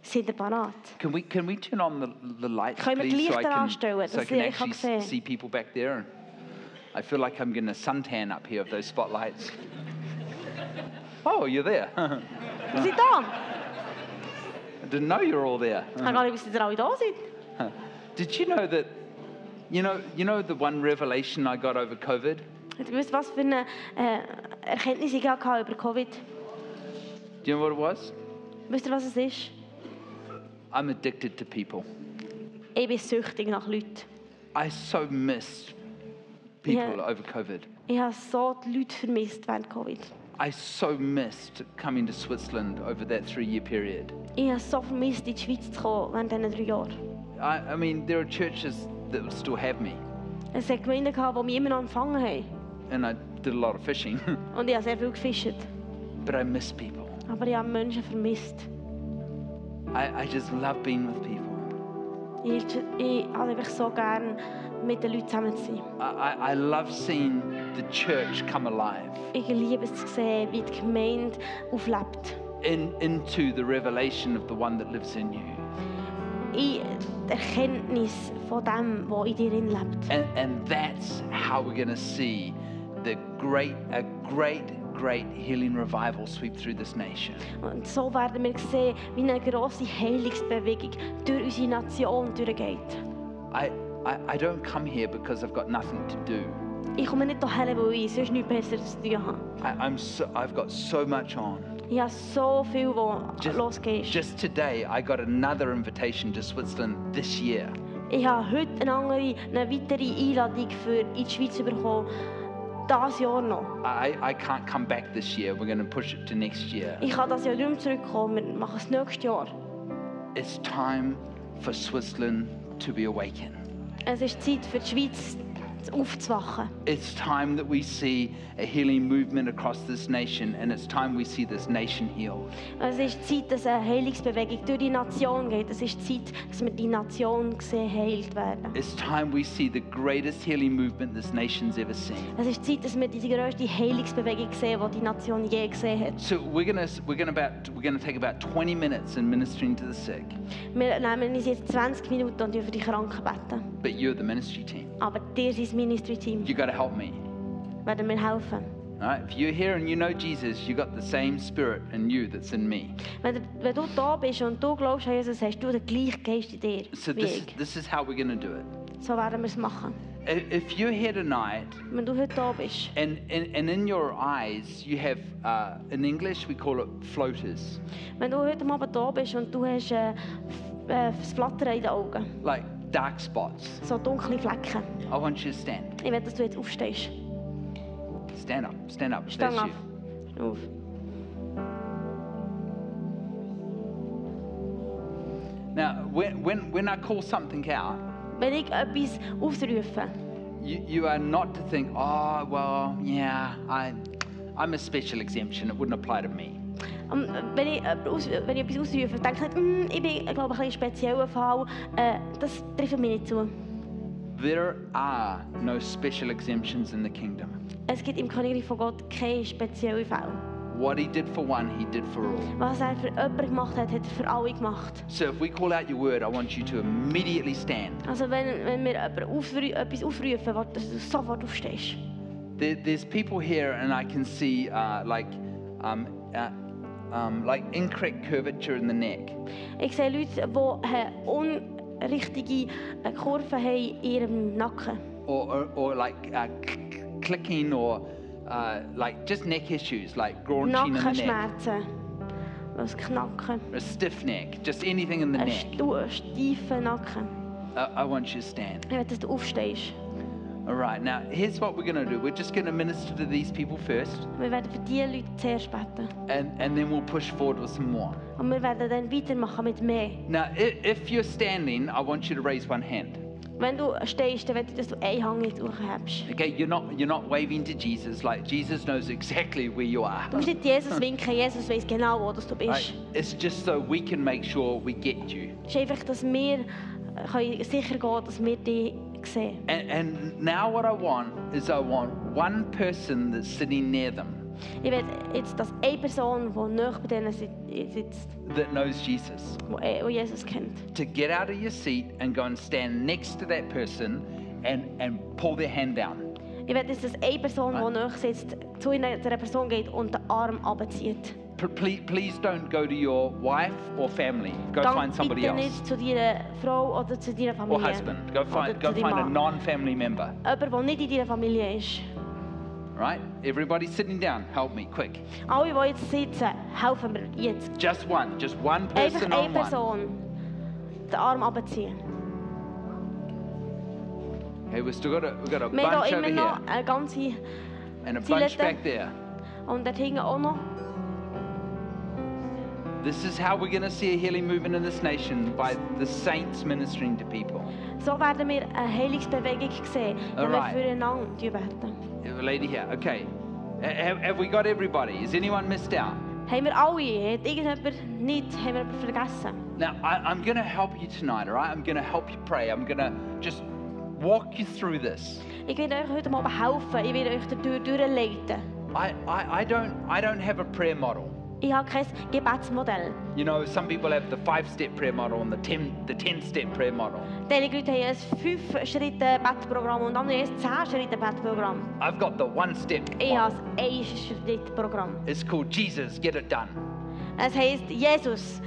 A: Sind ihr parat?
D: Can we, can we turn on the, the lights,
A: Können wir die
D: please, so I
A: Lichter
D: can,
A: anstellen,
D: so I
A: dass
D: can
A: ich kann sehen.
D: actually see people back there? I feel like I'm getting a suntan up here of those spotlights. oh, you're there. I
A: Ihr seid da!
D: didn't know you were all there.
A: Ich kann gar nicht, wissen, dass ihr alle da seid.
D: Did you know that? You know, you know the one revelation I got over COVID.
A: Habt Ihr wisst, was für eine äh, Erkenntnis ich hatte über Covid.
D: Do you know what it was?
A: Wisst ihr, was es ist?
D: I'm addicted to people.
A: Ich bin süchtig nach Leuten.
D: I so missed people
A: Yeah.
D: over COVID.
A: Ich habe so die Leute vermisst während Covid.
D: I so missed coming to Switzerland over that three-year period.
A: Ich habe so vermisst, in die Schweiz zu kommen während diesen drei Jahren.
D: I, I mean, there are churches that still have me,
A: Es hat Gemeinden, gehabt, die mich immer noch empfangen haben.
D: and I did a lot of fishing,
A: Und ich habe sehr viel gefischt.
D: but I miss people.
A: Aber ich habe Menschen vermisst.
D: I, I just love being with people.
A: Ich, ich habe einfach so gerne, mit den Leuten zusammen zu sein.
D: I, I, I love seeing the church come alive
A: Ich liebe es zu sehen, wie die Gemeinde auflebt.
D: in, into the revelation of the one that lives in you.
A: In die Erkenntnis von dem, der in dir drin lebt.
D: And, and that's how we're going to see the great, a great, great healing revival sweep through this nation.
A: Und so werden wir sehen, wie eine grosse Heilungsbewegung durch unsere Nation durchgeht.
D: I, I, I don't come here because I've got nothing to do.
A: Ich komme nicht hierher, weil ich sonst nichts Besseres zu tun habe.
D: I, I'm so, I've got so much on.
A: Ich habe so viel, was
D: Just-
A: losgeht.
D: Just today, I got another invitation to Switzerland this year.
A: Ich habe heute eine, andere, eine weitere Einladung für in die Schweiz bekommen. Dieses Jahr noch.
D: I, I can't come back this year. We're going to push it to next year.
A: Ich kann das Jahr nicht mehr zurückkommen. Wir machen es nächstes Jahr.
D: It's time for Switzerland to be awakened.
A: Es ist Zeit für die Schweiz aufzuwachen.
D: It's time that we see a healing movement across this nation, and it's time we see this nation healed.
A: Es ist Zeit, dass eine Heilungsbewegung durch die Nation geht. Es ist Zeit, dass wir die Nation gesehen heilt werden.
D: It's time we see the greatest healing movement this nation's ever seen.
A: Es ist Zeit, dass wir die grösste Heilungsbewegung sehen, die die Nation je gesehen hat.
D: So we're gonna we're gonna about we're gonna take about 20 minutes in ministering to the sick,
A: Wir nehmen uns jetzt 20 Minuten und über die Kranken beten.
D: but you're the ministry team.
A: Aber dir, sein Ministry-Team,
D: You gotta help me.
A: werden mir helfen.
D: All right, if you're here and you know Jesus, you got the same spirit in you that's in me.
A: Wenn du, wenn du da bist und du glaubst an Jesus, hast du den gleichen Geist in dir
D: So
A: wie
D: this,
A: ich.
D: this is how we're going to do it.
A: So werden wir es machen.
D: I- If you're here tonight
A: Wenn du heute da bist
D: and, and, and in your eyes you have, uh, in English we call it floaters,
A: Wenn du heute Abend da bist und du hast äh, f- äh, das Flattern in den Augen,
D: like dark spots,
A: so dunkle Flecken,
D: I want you to stand.
A: ich will, dass du jetzt aufstehst.
D: Stand up, stand up.
A: Steh
D: That's
A: auf.
D: you.
A: Steh auf.
D: Now, when, when, when I call something out,
A: Wenn ich etwas ausrufe,
D: you, you are not to think, oh, well, yeah, I, I'm a special exemption. It wouldn't apply to me.
A: ähm, wenn ich, äh, aus, wenn ich etwas ausrufe, denke ich nicht, «Mm, ich bin, ich glaube, ein bisschen spezieller Fall, äh, das trifft mir nicht zu.
D: There are no special exemptions in the kingdom.
A: Es gibt im Königreich von Gott keine speziellen Fälle.
D: What he did for one, he did for all.
A: Was er für jemanden gemacht hat, hat er für alle gemacht.
D: So if we call out your word, I want you to immediately stand.
A: Also wenn, wenn wir jemanden aufru etwas aufrufen, will, dass du sofort aufstehst.
D: There, there's people here, and I can see uh, like, um, uh, um, like incorrect curvature in the neck.
A: Ich sehe Leute, die äh, unrichtige äh, Kurven haben in ihrem Nacken.
D: or, or, or like uh, c- clicking or uh, like just neck issues, like grunting in the neck,
A: Nackenschmerzen. Was Knacken.
D: a stiff neck, just anything in the
A: Ein
D: neck.
A: stu- ein steifer Nacken.
D: I, I want you to stand.
A: Ich will, dass du aufstehst.
D: All right, now here's what we're going to do. We're just going to minister to these people first,
A: Wir werden für diese Leute zuerst beten.
D: and, and then we'll push forward with some more.
A: Und wir werden dann weitermachen mit mehr.
D: Now, if, if you're standing, I want you to raise one hand.
A: Wenn du stehst, dann will ich, dass du einen Hang in die Uhr hebst.
D: Okay, you're not you're not waving to Jesus. Like Jesus knows exactly where you are.
A: Du musst nicht Jesus winken, Jesus weiß genau, wo das du bist.
D: Like, it's just so we can make sure we get you.
A: Es ist einfach, dass wir äh, können sicher gehen können, dass wir dich sehen.
D: And, and now what I want is I want one person that's sitting near them
A: Ich will jetzt, dass eine Person, die nahe bei denen sit- sitzt,
D: that knows Jesus
A: die die Jesus kennt,
D: to get out of your seat and go and stand next to that person and, and pull their hand down.
A: ich will, jetzt, dass eine Person, die nahe sitzt, zu ihnen- zu einer Person geht und den Arm abzieht.
D: Please, please don't go to your wife or family. Go find somebody
A: bitte
D: else.
A: nicht zu deiner Frau oder zu deiner Familie.
D: Or husband. Go
A: Oder
D: find, go
A: zu deinem
D: find a
A: Mann.
D: non family member.
A: Jemand, der nicht in deiner Familie ist.
D: Right? Everybody sitting down. Help me, quick.
A: Alle, die jetzt sitzen, helfen mir jetzt.
D: Just one. Just one
A: Einfach
D: person
A: eine
D: on one.
A: Person den Arm abziehen.
D: Okay, we've still got a, we've got a
A: Wir haben
D: bunch
A: hier
D: over
A: immer
D: here
A: noch eine ganze
D: and a
A: Sie
D: bunch
A: letten.
D: back there.
A: und dort hinten auch noch.
D: This is how we're going to see a healing movement in this nation by the saints ministering to people.
A: So werden wir eine Heilungsbewegung sehen, wenn
D: Alright.
A: wir füreinander beten.
D: We have a lady here. Okay. Ha- Have, have we got everybody? Is anyone missed out?
A: Haben wir alle, hat irgendjemand nicht, haben wir jemanden vergessen.
D: Now, I, I'm going to help you tonight, all right? I'm going to help you pray. I'm going to just walk you through this.
A: Ich werde euch heute Morgen helfen, ich werde euch dadurch durchleiten.
D: I, I, I, don't, I don't have a prayer model.
A: Ich habe kein Gebetsmodell.
D: You know, some people have the five step prayer model and the 10, the 10 step prayer model.
A: Einige Leute haben ein 5-Schritte-Bettprogramm und andere ein 10-Schritte-Bettprogramm.
D: I've got the one step.
A: Ich
D: model.
A: habe ein 1-Schritt-Programm.
D: It's called Jesus, get it done,
A: Es heisst Jesus,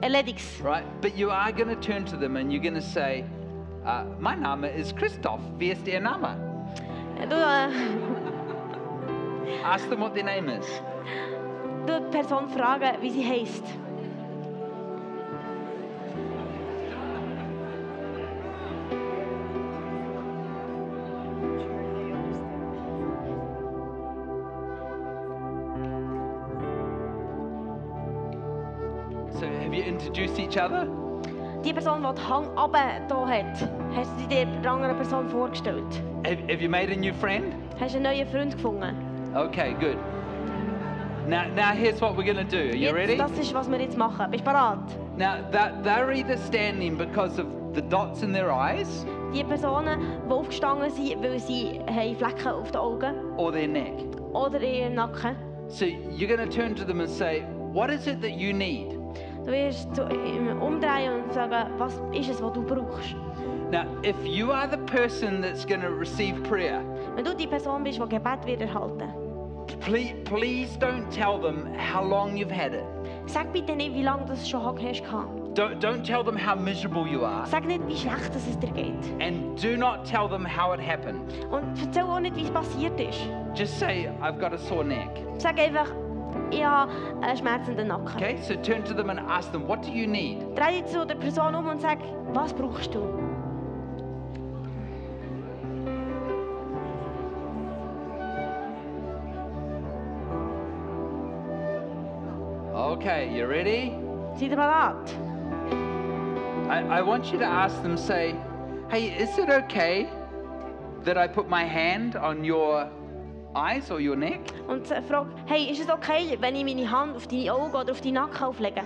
A: erledig's.
D: right? But you are going to turn to them and you're going to say, uh, My Name is Christoph, wie ist der Name?
A: Du, äh,
D: Ask them what their name is.
A: du die Person fragen, wie sie heisst.
D: So, have you introduced each other?
A: Die Person, die den Hang runter da hat, hast du dir der anderen Person vorgestellt?
D: Have, have you made a new friend?
A: Hast du einen neuen Freund gefunden?
D: Okay, good. Now, now here's what we're going to do. Are you
A: Jetzt,
D: ready?
A: Das ist, was wir jetzt machen. Bist du bereit?
D: Now, that they're either standing because of the dots in their eyes
A: Die Personen, die aufgestanden sind, weil sie haben Flecken auf den Augen
D: or their neck.
A: oder in ihrem Nacken.
D: So, you're going to turn to them and say, What is it that you need?
A: Du wirst zu ihm umdrehen und sagen, was ist es, was du brauchst?
D: Now, if you are the person that's going to receive prayer,
A: Wenn du die Person bist, die Gebet wird erhalten,
D: please, please don't tell them how long you've had it.
A: Sag bitte nicht, wie lange du es schon hast. gehabt.
D: Don't, don't tell them how miserable you are,
A: Sag nicht, wie schlecht es dir geht.
D: and do not tell them how it happened.
A: Und erzähl auch nicht, wie es passiert ist.
D: Just say, I've got a sore neck.
A: Sag einfach, ich habe einen schmerzenden Nacken.
D: Okay, so turn to them and ask them, What do you need?
A: Dreh dich zu der Person um und sag, was brauchst du?
D: Okay, you ready?
A: Seid ihr bereit?
D: I, I want you to ask them, say, Hey, is it okay that I put my hand on your eyes or your neck?
A: Und s- frag, hey, ist es okay, wenn ich meine Hand auf deine Augen oder auf deinen Nacken auflege?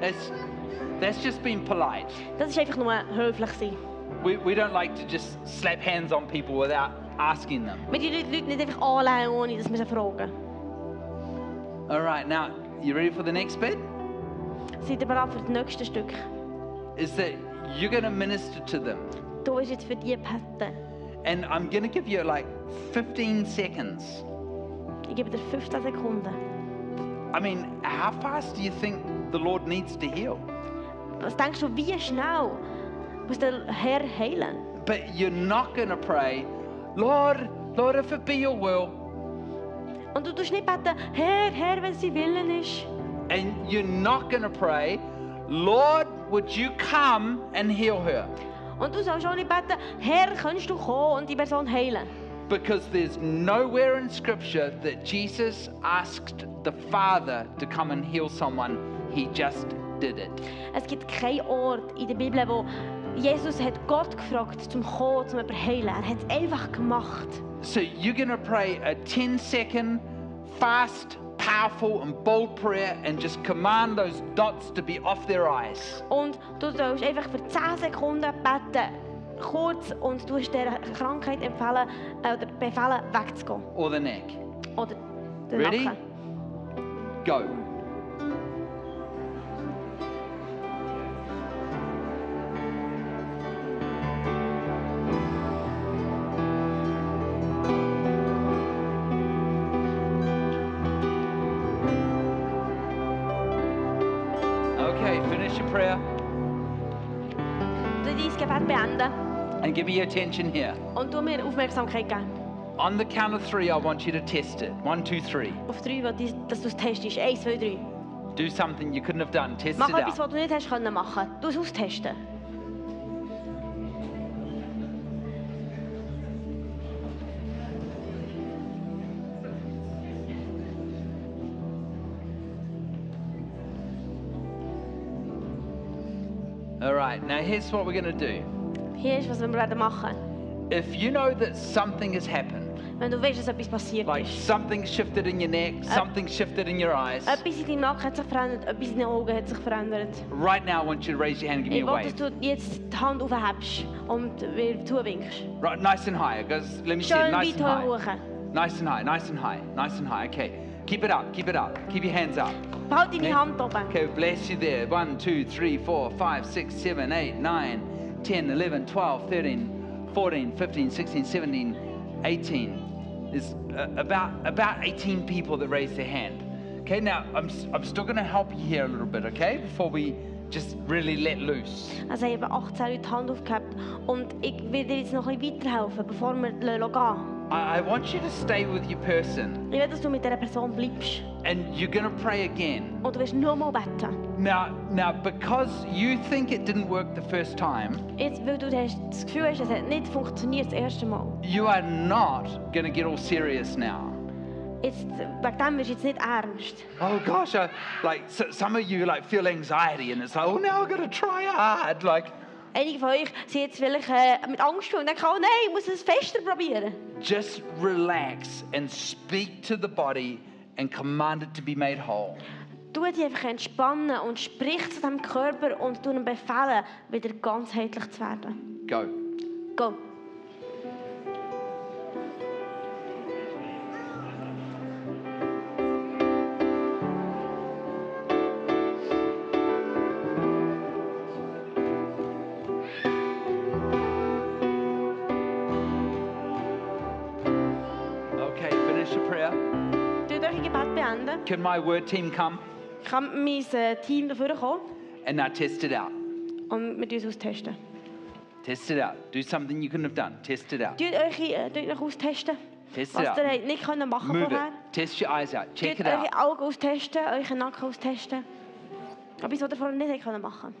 D: That's, that's just being polite.
A: Das ist einfach nur höflich sein.
D: We, we don't like to just slap hands on people without asking them.
A: Wir die Leute Leute nicht einfach anlegen, ohne dass wir sie fragen.
D: All right, now, you ready for the next bit?
A: Seid ihr bereit für das nächste Stück?
D: Is that you're going to minister to them.
A: Du bist jetzt für die Pette.
D: And I'm going to give you like 15 seconds.
A: Ich gebe dir 15 Sekunden.
D: I mean, how fast do you think the Lord needs to heal?
A: Was denkst du, wie schnell muss der Herr heilen?
D: But you're not going to pray, Lord, Lord, if it be your will.
A: Und du tust nicht beten, Herr, Herr, wenn sie willen ist.
D: And you're not going to pray, Lord, would you come and heal her?
A: Und du sollst auch nicht beten, Herr, kannst du kommen und die Person heilen?
D: Because there's nowhere in Scripture that Jesus asked the Father to come and heal someone, he just did it.
A: Es gibt keinen Ort in der Bibel, wo Jesus hat Gott gefragt zum kommen, zum jemanden heilen. Er hat es einfach gemacht.
D: So you're going to pray a 10 second fast, powerful, and bold prayer and just command those dots to be off their eyes.
A: Und du sollst einfach für 10 Sekunden beten, kurz, und du hast der Krankheit empfehlen, äh, oder befehlen, wegzugehen.
D: or the neck.
A: Oder den
D: Ready?
A: Nacken.
D: Go. Okay, finish your prayer
A: Du dein Gebet beenden
D: and give me your attention here.
A: und du mir Aufmerksamkeit geben.
D: On the count of three, I want you to test it. One, two, three.
A: Auf drei, wo dies- dass du es testest. Eins, zwei, drei.
D: Do something you couldn't have done. Test
A: Mach
D: it
A: etwas, was
D: out.
A: du nicht hast können machen. Du es austesten.
D: All right, now here's what we're going to do.
A: Hier ist, was wir werden machen
D: If you know that something has happened,
A: Wenn du weißt, dass etwas passiert
D: like
A: ist.
D: something shifted in your neck, something shifted in your eyes,
A: Etwas in deinem Nacken hat sich verändert, etwas in den Augen hat sich verändert.
D: right now I want you to raise your hand and give me
A: Ich
D: a
A: will, dass
D: wave.
A: du jetzt die Hand aufhebst und mir zuwinkst.
D: Right, nice and high. Guys, let me see it.
A: Schön
D: Nice and
A: weit hoch.
D: high. Nice and high, nice and high, nice and high. Okay. Keep it up, keep it up. Keep your hands up.
A: Behalte deine
D: Okay.
A: Hand oben.
D: Okay, bless you there. One, two, three, four, five, six, seven, eight, nine, ten, eleven, twelve, thirteen, fourteen, fifteen, sixteen, seventeen, eighteen. There's uh, about, about 18 people that raised their hand. Okay, now I'm, s- I'm still going to help you here a little bit, okay? Before we just really let loose.
A: Also ich habe 18 Leute die Hand aufgehabt und ich will dir jetzt noch ein bisschen weiterhelfen, bevor wir gehen lassen.
D: I, I want you to stay with your person
A: Ich will, dass du mit dieser Person bleibst
D: and you're going to pray again.
A: und du wirst nochmal beten.
D: Now, now, because you think it didn't work the first time,
A: Jetzt, weil du hast das Gefühl hast, es hat nicht funktioniert das erste Mal.
D: you are not going to get all serious now.
A: Jetzt, wegen dem wirst du jetzt nicht ernst.
D: Oh gosh, I, like so, some of you like feel anxiety and it's like, oh now I've got to try hard. Like,
A: Einige von euch sind jetzt vielleicht äh, mit Angst und denken, oh nein, ich muss es fester probieren.
D: just relax and speak to the body and command it to be made whole.
A: Tu dich einfach entspannen und sprich zu deinem Körper und tu ihm befehlen, wieder ganzheitlich zu werden.
D: Go.
A: Go.
D: Okay, finish the prayer.
A: Tu dein Gebet beenden.
D: Can my word team come?
A: kann mein äh, Team dafür kommen
D: And now test it out.
A: und wir uns austesten.
D: Test it out. Do something you couldn't have done. Test it out.
A: Tut euch, äh, tut euch austesten,
D: Test it
A: was ihr
D: out.
A: habt nicht können machen
D: Move it.
A: vorher.
D: Test your eyes out. Check
A: Tut
D: it out.
A: eure Augen austesten, euren Nacken austesten. Etwas, was ihr vorher nicht habt können machen